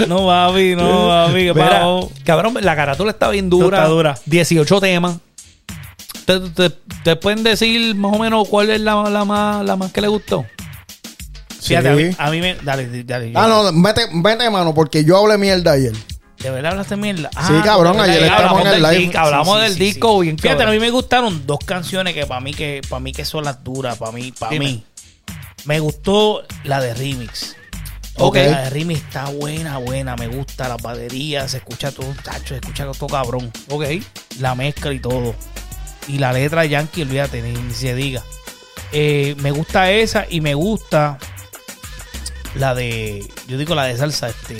[SPEAKER 4] No, papi, no, papi, que
[SPEAKER 2] Mira,
[SPEAKER 4] pavo.
[SPEAKER 2] cabrón, la carátula está bien dura.
[SPEAKER 4] Está dura.
[SPEAKER 2] 18 temas. ¿Te, te- te pueden decir más o menos cuál es la, la más, la más que le gustó?
[SPEAKER 4] Fíjate, a, mí,
[SPEAKER 3] Sí.
[SPEAKER 4] a mí me. Dale, di- dale. yo-
[SPEAKER 3] Ah, no, vete, vete, mano, porque yo hablé mierda ayer.
[SPEAKER 4] ¿De verdad hablaste mierda? Ah,
[SPEAKER 3] Sí, cabrón,
[SPEAKER 4] porque
[SPEAKER 3] ayer
[SPEAKER 4] ya
[SPEAKER 3] estamos
[SPEAKER 4] hablamos
[SPEAKER 3] en el
[SPEAKER 4] del
[SPEAKER 3] live.
[SPEAKER 4] disco,
[SPEAKER 2] Sí,
[SPEAKER 4] Hablamos
[SPEAKER 2] sí,
[SPEAKER 4] del
[SPEAKER 2] sí,
[SPEAKER 4] disco
[SPEAKER 2] sí.
[SPEAKER 4] bien
[SPEAKER 2] Fíjate,
[SPEAKER 4] cabrón.
[SPEAKER 2] a
[SPEAKER 4] a mí me gustaron dos canciones que para mí que para mí que son las duras, para mí, para
[SPEAKER 2] Dime.
[SPEAKER 4] mí. Me gustó la de Remix.
[SPEAKER 3] Ok.
[SPEAKER 4] Porque La de Remix está buena, buena, me gusta las baterías, se escucha todo, tacho, se escucha todo cabrón,
[SPEAKER 2] Ok.
[SPEAKER 4] la mezcla y todo. Y la letra de Yankee, olvídate, ni, ni se diga. Eh, me gusta esa y me gusta la de, yo digo la de salsa, este,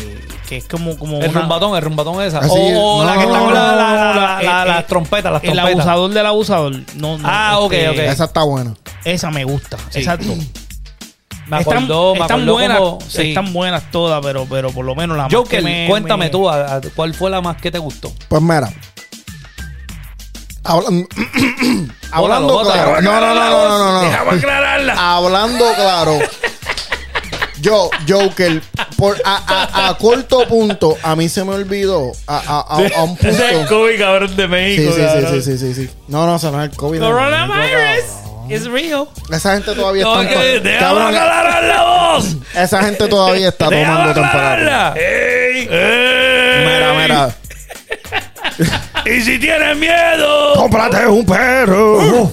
[SPEAKER 4] que es como, como
[SPEAKER 2] El
[SPEAKER 4] una-
[SPEAKER 2] rumbatón, el rumbatón esa.
[SPEAKER 3] Así es.
[SPEAKER 2] o o la que
[SPEAKER 3] Ah, No,
[SPEAKER 2] está con la, la,
[SPEAKER 4] no,
[SPEAKER 2] la,
[SPEAKER 4] no, no,
[SPEAKER 2] la-
[SPEAKER 4] eh,
[SPEAKER 2] la-
[SPEAKER 4] eh,
[SPEAKER 2] las trompetas, las
[SPEAKER 4] el
[SPEAKER 2] trompetas.
[SPEAKER 4] abusador del abusador. No, no,
[SPEAKER 2] Ah, ok, ok.
[SPEAKER 3] Esa está buena.
[SPEAKER 4] Esa me gusta.
[SPEAKER 2] Sí.
[SPEAKER 4] Exacto.
[SPEAKER 2] (clears throat) Me acordó, me
[SPEAKER 4] están
[SPEAKER 2] acordó
[SPEAKER 4] buenas,
[SPEAKER 2] como- sí.
[SPEAKER 4] están buenas todas, pero, pero por lo menos la más
[SPEAKER 2] Joker,
[SPEAKER 4] que me-
[SPEAKER 2] cuéntame
[SPEAKER 4] me-
[SPEAKER 2] tú, a- a- ¿cuál fue la más que te gustó?
[SPEAKER 3] Pues mira. Hablan- (clears throat) hablando
[SPEAKER 2] bótalo.
[SPEAKER 3] claro. No, no, no, no, no, no, no.
[SPEAKER 4] aclararla.
[SPEAKER 3] Hablando claro. Yo, Joker, por, a, a- a corto punto, a mí se me olvidó. A, a- a-
[SPEAKER 4] (laughs)
[SPEAKER 3] a un punto.
[SPEAKER 4] Ese es el COVID, cabrón, de
[SPEAKER 3] Sí,
[SPEAKER 4] México.
[SPEAKER 3] sí, sí,
[SPEAKER 4] cabrón.
[SPEAKER 3] sí, sí, sí, sí. No, no, se no es el COVID.
[SPEAKER 4] Coronavirus is real.
[SPEAKER 3] Esa gente todavía está.
[SPEAKER 4] Joker,
[SPEAKER 3] en-
[SPEAKER 4] déjame
[SPEAKER 3] Cabrón,
[SPEAKER 4] aclarar la voz.
[SPEAKER 3] esa gente todavía está tomando Eh.
[SPEAKER 4] Déjame
[SPEAKER 3] temporada.
[SPEAKER 4] aclararla. Ey, ey.
[SPEAKER 3] Mira, mira.
[SPEAKER 4] Y si tienes miedo.
[SPEAKER 3] ¡Cómprate un perro!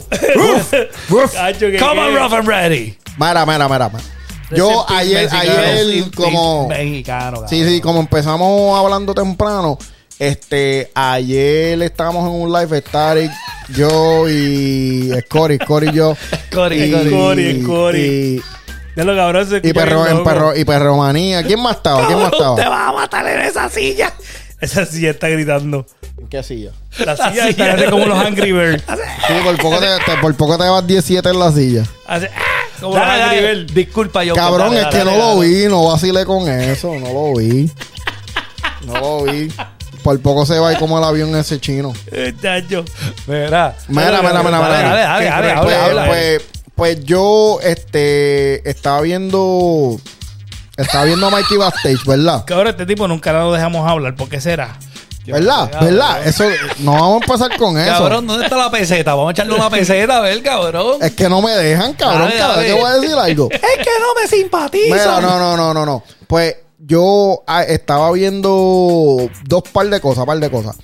[SPEAKER 4] Cacho, que-
[SPEAKER 2] Come on,
[SPEAKER 4] que-
[SPEAKER 2] rough and ready.
[SPEAKER 3] Mira, mira, mira. mira. Yo
[SPEAKER 4] Ese
[SPEAKER 3] ayer,
[SPEAKER 4] mexicano,
[SPEAKER 3] ayer,
[SPEAKER 4] ese
[SPEAKER 3] Eh, como.
[SPEAKER 2] Mexicano,
[SPEAKER 3] Sí, sí, como empezamos hablando temprano, este, ayer estábamos en un live, Static, yo y Cory, Cory y
[SPEAKER 4] (laughs)
[SPEAKER 3] yo.
[SPEAKER 4] Cory,
[SPEAKER 3] y-
[SPEAKER 4] Cory, Cory. Ya lo cabrón se
[SPEAKER 3] Y, y
[SPEAKER 4] escucha
[SPEAKER 3] perro,
[SPEAKER 4] bien
[SPEAKER 3] en
[SPEAKER 4] loco.
[SPEAKER 3] perro, y perromanía. ¿Quién más estaba? ¿Quién más
[SPEAKER 4] (laughs) Te
[SPEAKER 3] estaba?
[SPEAKER 4] vas Ah, a matar en esa silla. Esa silla está gritando.
[SPEAKER 3] ¿En qué silla?
[SPEAKER 4] La silla,
[SPEAKER 2] silla.
[SPEAKER 4] está hace como los Angry Birds.
[SPEAKER 3] Sí, por poco te, te- por poco te vas 17 en la silla.
[SPEAKER 4] Hace, ah, como
[SPEAKER 2] Dale,
[SPEAKER 4] los Angry
[SPEAKER 2] dale.
[SPEAKER 4] Birds.
[SPEAKER 2] Disculpa, Joker.
[SPEAKER 3] Cabrón,
[SPEAKER 2] dale,
[SPEAKER 3] es que
[SPEAKER 2] dale,
[SPEAKER 3] no
[SPEAKER 2] dale,
[SPEAKER 3] lo
[SPEAKER 2] dale.
[SPEAKER 3] vi, no vacilé con eso, no lo vi. No lo vi. Por poco se va y como el avión ese chino.
[SPEAKER 4] Eh, chacho.
[SPEAKER 2] Mira.
[SPEAKER 3] Mira, mira, mira, mira.
[SPEAKER 2] Dale, dale, dale,
[SPEAKER 3] pues,
[SPEAKER 2] habla, habla.
[SPEAKER 3] pues- pues yo este estaba viendo estaba viendo a Mikey Backstage, ¿verdad?
[SPEAKER 4] Cabrón, este tipo nunca lo dejamos hablar. ¿Por qué será?
[SPEAKER 3] ¿Verdad? ¿Verdad? Eso no vamos a empezar con eso.
[SPEAKER 2] Cabrón, ¿dónde está la peseta? Vamos a echarle una peseta, a ver, cabrón.
[SPEAKER 3] Es que no me dejan, cabrón,
[SPEAKER 2] Dale,
[SPEAKER 3] cada
[SPEAKER 2] dale.
[SPEAKER 3] vez que voy a decir algo.
[SPEAKER 2] Es que no me simpatiza.
[SPEAKER 3] Mira, no, no, no, no, no. Pues yo ah, estaba viendo dos par de cosas, par de cosas.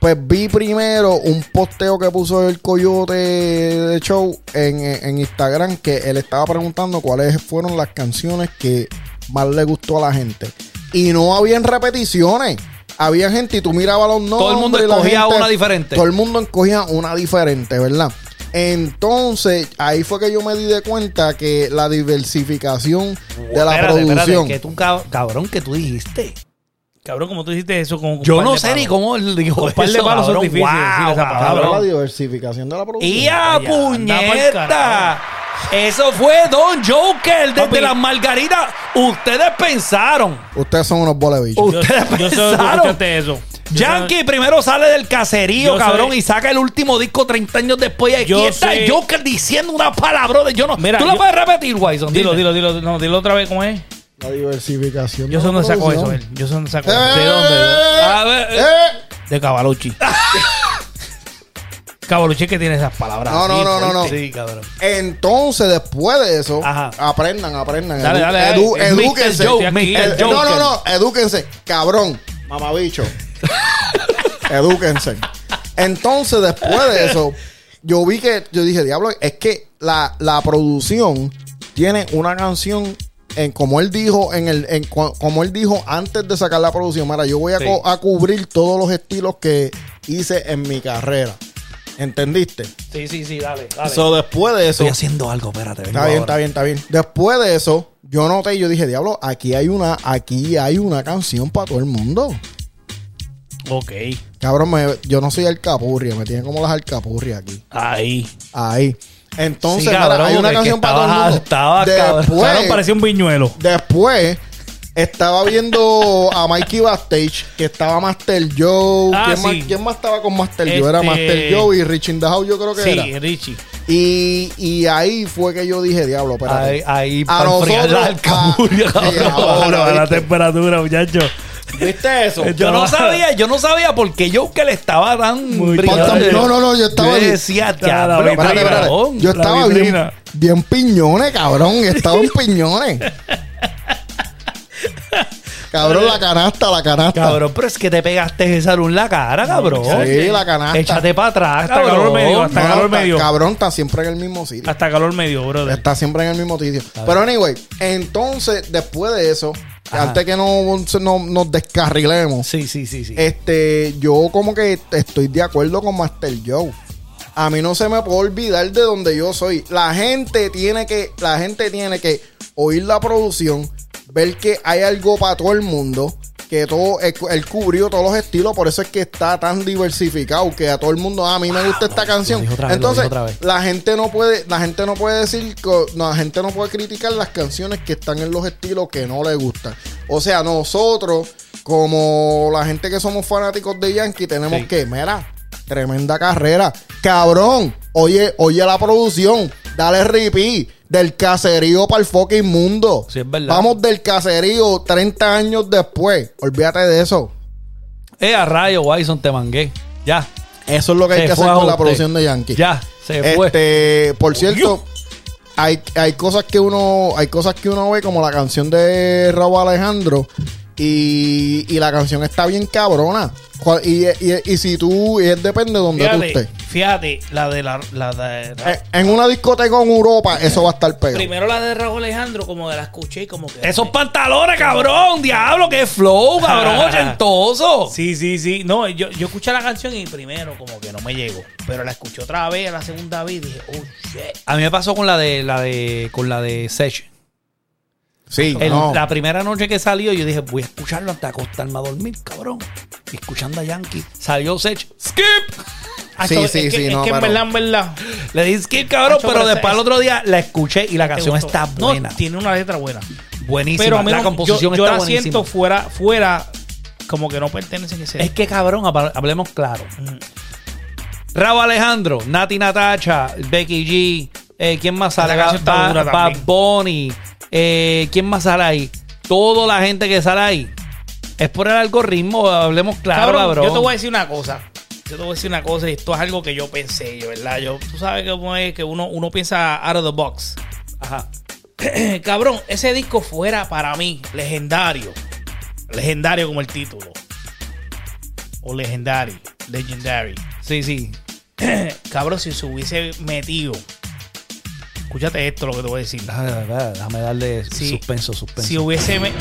[SPEAKER 3] Pues vi primero un posteo que puso el Coyote de Show en, en Instagram que él estaba preguntando cuáles fueron las canciones que más le gustó a la gente. Y no habían repeticiones. Había gente y tú mirabas los nombres.
[SPEAKER 2] Todo el mundo
[SPEAKER 3] y la
[SPEAKER 2] escogía una diferente.
[SPEAKER 3] Todo el mundo escogía una diferente, ¿verdad? Entonces, ahí fue que yo me di de cuenta que la diversificación de la
[SPEAKER 2] Espérate, espérate,
[SPEAKER 3] producción.
[SPEAKER 2] que tú, cab- cabrón, que tú dijiste.
[SPEAKER 4] Cabrón, ¿cómo tú hiciste eso con un
[SPEAKER 2] Yo
[SPEAKER 4] par
[SPEAKER 2] no
[SPEAKER 4] de
[SPEAKER 2] sé
[SPEAKER 4] palos?
[SPEAKER 2] ni cómo él dijo
[SPEAKER 4] Con par de
[SPEAKER 2] eso,
[SPEAKER 4] palos son
[SPEAKER 2] cabrón.
[SPEAKER 4] difíciles de decir
[SPEAKER 2] Wow,
[SPEAKER 4] esa
[SPEAKER 2] cabrón.
[SPEAKER 4] palabra.
[SPEAKER 3] la diversificación de la producción.
[SPEAKER 2] ¡Y a
[SPEAKER 4] Vaya, anda pa'l
[SPEAKER 2] puñeta!
[SPEAKER 4] carajo.
[SPEAKER 2] Eso fue Don Joker desde
[SPEAKER 4] Papi.
[SPEAKER 2] las margaritas. Ustedes pensaron.
[SPEAKER 3] Ustedes son unos bolebichos.
[SPEAKER 2] Uh,
[SPEAKER 4] Yo,
[SPEAKER 2] Ustedes
[SPEAKER 4] yo sé dónde tú
[SPEAKER 2] pensaron.
[SPEAKER 4] escuchaste eso. Yo
[SPEAKER 2] Yankee primero sale del caserío,
[SPEAKER 4] Yo
[SPEAKER 2] cabrón,
[SPEAKER 4] soy-
[SPEAKER 2] y saca el último disco 30 años después. Y aquí
[SPEAKER 4] Yo
[SPEAKER 2] está
[SPEAKER 4] soy-
[SPEAKER 2] Joker diciendo una palabra de yo no.
[SPEAKER 4] Mira,
[SPEAKER 2] Tú la
[SPEAKER 4] yo-
[SPEAKER 2] puedes repetir, Wison.
[SPEAKER 4] sé- Dilo, dilo, dilo. No, dilo otra vez cómo es.
[SPEAKER 3] La diversificación.
[SPEAKER 4] Yo
[SPEAKER 3] de
[SPEAKER 4] sé
[SPEAKER 3] la
[SPEAKER 4] dónde sacó eso
[SPEAKER 3] producción.
[SPEAKER 4] él. Yo sé dónde sacó
[SPEAKER 3] Eh,
[SPEAKER 4] eso. ¿De dónde?
[SPEAKER 2] A ver, eh,
[SPEAKER 3] eh. (laughs)
[SPEAKER 4] De Cavalucci. Cavalucci que tiene esas palabras.
[SPEAKER 3] No, no,
[SPEAKER 4] así,
[SPEAKER 3] no, no, no.
[SPEAKER 4] fuerte. Sí, cabrón.
[SPEAKER 3] Entonces, después de eso,
[SPEAKER 2] Ajá.
[SPEAKER 3] aprendan, aprendan.
[SPEAKER 4] Dale,
[SPEAKER 3] Edu-
[SPEAKER 4] dale, dale.
[SPEAKER 3] edu-
[SPEAKER 4] Es Mr.
[SPEAKER 3] edúquense.
[SPEAKER 4] Joe, Mr.
[SPEAKER 3] Eh,
[SPEAKER 4] Joe.
[SPEAKER 3] No, no, no, edúquense. Cabrón,
[SPEAKER 4] (laughs)
[SPEAKER 3] mamabicho. edúquense. Entonces, después de eso, yo vi que, yo dije, diablo, es que la, la producción tiene una canción. En, como él dijo en el en cu- como él dijo antes de sacar la producción mira yo voy a,
[SPEAKER 2] Sí.
[SPEAKER 3] co- a cubrir todos los estilos que hice en mi carrera entendiste
[SPEAKER 2] Sí, sí, sí, dale, dale.
[SPEAKER 3] so, después de eso
[SPEAKER 2] Estoy haciendo algo, espérate. vengo
[SPEAKER 3] Está bien,
[SPEAKER 2] ahora.
[SPEAKER 3] está bien, está bien. Después de eso, yo noté y yo dije, diablo, aquí hay una, aquí hay una canción para todo el mundo.
[SPEAKER 4] Ok.
[SPEAKER 3] Cabrón, me- yo no soy alcapurria, me tienen como las alcapurrias aquí.
[SPEAKER 4] Ahí.
[SPEAKER 3] Ahí. Entonces,
[SPEAKER 2] Sí,
[SPEAKER 3] mira,
[SPEAKER 2] cabrón,
[SPEAKER 3] hay una
[SPEAKER 2] que
[SPEAKER 3] canción para todo el
[SPEAKER 2] estabas-
[SPEAKER 3] mundo.
[SPEAKER 2] estabas, cabrón.
[SPEAKER 3] después,
[SPEAKER 4] Cabrón, parecía un viñuelo.
[SPEAKER 3] después, estaba viendo a Mikey Backstage, que estaba Master Joe.
[SPEAKER 4] Ah,
[SPEAKER 3] ¿Quién,
[SPEAKER 4] sí.
[SPEAKER 3] más, quién más estaba con Master Joe? Era
[SPEAKER 4] Este-
[SPEAKER 3] Master Joe y Rich in the House, yo creo que era.
[SPEAKER 4] Sí, Richie.
[SPEAKER 3] Y, y ahí fue que yo dije, diablo, espérate.
[SPEAKER 2] Ahí, ahí,
[SPEAKER 3] A
[SPEAKER 2] para enfriar
[SPEAKER 3] nosotros,
[SPEAKER 2] la alcapurria,
[SPEAKER 3] a-
[SPEAKER 2] cabrón.
[SPEAKER 3] Sí, ahora,
[SPEAKER 4] Ahora, a la
[SPEAKER 3] ¿viste?
[SPEAKER 4] temperatura, muchacho.
[SPEAKER 6] ¿Viste eso?
[SPEAKER 2] Yo no sabía, yo no sabía por qué yo que le estaba tan
[SPEAKER 3] Pásame-
[SPEAKER 2] brillante.
[SPEAKER 3] No, no, no, yo estaba
[SPEAKER 2] Yo
[SPEAKER 3] bien.
[SPEAKER 2] decía,
[SPEAKER 4] Estaba
[SPEAKER 2] diablo,
[SPEAKER 4] la vitrina.
[SPEAKER 3] Espérate, espérate.
[SPEAKER 2] cabrón.
[SPEAKER 3] Yo estaba
[SPEAKER 4] la
[SPEAKER 3] bien,
[SPEAKER 4] vitrina.
[SPEAKER 3] bien piñones, cabrón. Estaba en piñones. cabrón, la canasta, la canasta.
[SPEAKER 2] Cabrón, pero es que te pegaste esa luz en la cara, cabrón.
[SPEAKER 3] Sí, la canasta.
[SPEAKER 2] Échate para atrás,
[SPEAKER 4] Hasta
[SPEAKER 2] cabrón.
[SPEAKER 4] calor me dio, hasta- calor
[SPEAKER 3] está-
[SPEAKER 4] me dio.
[SPEAKER 3] Cabrón, está siempre en el mismo sitio.
[SPEAKER 4] Hasta calor me dio, brother.
[SPEAKER 3] Está siempre en el mismo sitio. Pero anyway, entonces, después de eso, antes que no, no- nos descarrilemos,
[SPEAKER 2] Sí, sí, sí, sí.
[SPEAKER 3] este, yo como que estoy de acuerdo con Master Joe. A mí no se me puede olvidar de donde yo soy. La gente tiene que, la gente tiene que oír la producción, ver que hay algo para todo el mundo, que todo, él, él cubrió todos los estilos, por eso es que está tan diversificado, que a todo el mundo, "Ah, a mí me gusta esta canción.
[SPEAKER 2] dijo otra vez, lo
[SPEAKER 3] Entonces,
[SPEAKER 2] dijo otra vez.
[SPEAKER 3] la gente no puede, la gente no puede decir, co- no, la gente no puede criticar las canciones que están en los estilos que no le gustan. O sea, nosotros, como la gente que somos fanáticos de Yankee, tenemos que, mira, tremenda carrera. Cabrón, oye, oye la producción, dale repeat. Del caserío para el fucking mundo.
[SPEAKER 2] Sí, es verdad.
[SPEAKER 3] Vamos del caserío 30 años después. Olvídate de eso.
[SPEAKER 2] Eh, a rayo, Wison, te mangué. Ya.
[SPEAKER 3] Eso es lo que hay
[SPEAKER 2] Se
[SPEAKER 3] que hacer
[SPEAKER 2] fue a
[SPEAKER 3] con la
[SPEAKER 2] usted.
[SPEAKER 3] producción de Yankee.
[SPEAKER 2] Ya, se fue.
[SPEAKER 3] Este, por cierto, hay, hay cosas que uno, hay cosas que uno ve, como la canción de Raúl Alejandro, y, y la canción está bien cabrona. Cual- Y, y- y si tú, y es depende de donde tú
[SPEAKER 4] Fíjate,
[SPEAKER 3] estés.
[SPEAKER 4] fíjate, la de la. la de- la-
[SPEAKER 3] Eh, En una discoteca en Europa, eso va a estar pegado.
[SPEAKER 6] Primero la de Raúl Alejandro, como que la escuché y como que.
[SPEAKER 2] Esos pantalones, cabrón, diablo, qué flow,
[SPEAKER 3] (laughs)
[SPEAKER 2] cabrón, ochentoso.
[SPEAKER 4] Sí, sí, sí. No, yo, yo escuché la canción y primero como que no me llegó. Pero la escuché otra vez, la segunda vez y dije, oh shit.
[SPEAKER 2] A mí me pasó con la de la de con la de Sech.
[SPEAKER 3] Sí,
[SPEAKER 2] El-
[SPEAKER 3] no.
[SPEAKER 2] La primera noche que salió, yo dije, voy a escucharlo hasta acostarme a dormir, cabrón. Y Escuchando a Yankee, salió Sech. ¡Skip!
[SPEAKER 4] Ah,
[SPEAKER 3] Sí,
[SPEAKER 4] esto-
[SPEAKER 3] sí,
[SPEAKER 4] es que,
[SPEAKER 3] sí,
[SPEAKER 4] Es
[SPEAKER 3] no,
[SPEAKER 4] que en
[SPEAKER 3] pero-
[SPEAKER 4] verdad, en verdad.
[SPEAKER 2] Le dije skip, cabrón,
[SPEAKER 4] Hacho,
[SPEAKER 2] pero
[SPEAKER 4] pero
[SPEAKER 2] después
[SPEAKER 4] esa-
[SPEAKER 2] al otro día la escuché y la
[SPEAKER 4] te
[SPEAKER 2] canción
[SPEAKER 4] gustó.
[SPEAKER 2] está
[SPEAKER 4] No,
[SPEAKER 2] buena.
[SPEAKER 4] tiene una letra buena.
[SPEAKER 2] buenísima.
[SPEAKER 4] Pero a mí
[SPEAKER 2] la
[SPEAKER 4] no-
[SPEAKER 2] composición
[SPEAKER 4] yo, yo
[SPEAKER 2] está
[SPEAKER 4] la
[SPEAKER 2] buenísima.
[SPEAKER 4] siento fuera, fuera, como que no pertenece a ese.
[SPEAKER 2] Es que, cabrón, hab- hablemos claro.
[SPEAKER 4] Ujú.
[SPEAKER 2] Raúl Alejandro, Nati Natacha, Becky G, eh, ¿quién más sale?
[SPEAKER 4] Esa
[SPEAKER 2] Ba-
[SPEAKER 4] canción está
[SPEAKER 2] Ba-
[SPEAKER 4] dura
[SPEAKER 2] Bad
[SPEAKER 4] también.
[SPEAKER 2] Bunny, eh, ¿quién más sale ahí? Toda la gente que sale ahí. Es por el algoritmo, hablemos claro,
[SPEAKER 4] Cabrón,
[SPEAKER 2] cabrón.
[SPEAKER 4] Yo te voy a decir una cosa. Yo te voy a decir una cosa y esto es algo que yo pensé, yo, ¿verdad? Yo, tú sabes cómo es que uno, uno piensa out of the box.
[SPEAKER 2] Ajá.
[SPEAKER 4] Eh, Cabrón, ese disco fuera para mí legendario. Legendario como el título. O legendary. Legendary.
[SPEAKER 2] Sí, sí.
[SPEAKER 4] Cabrón, si se hubiese metido. Escúchate esto lo que te voy a decir.
[SPEAKER 2] Déjame, déjame darle
[SPEAKER 4] Sí.
[SPEAKER 2] suspenso, suspenso.
[SPEAKER 4] Si hubiese me-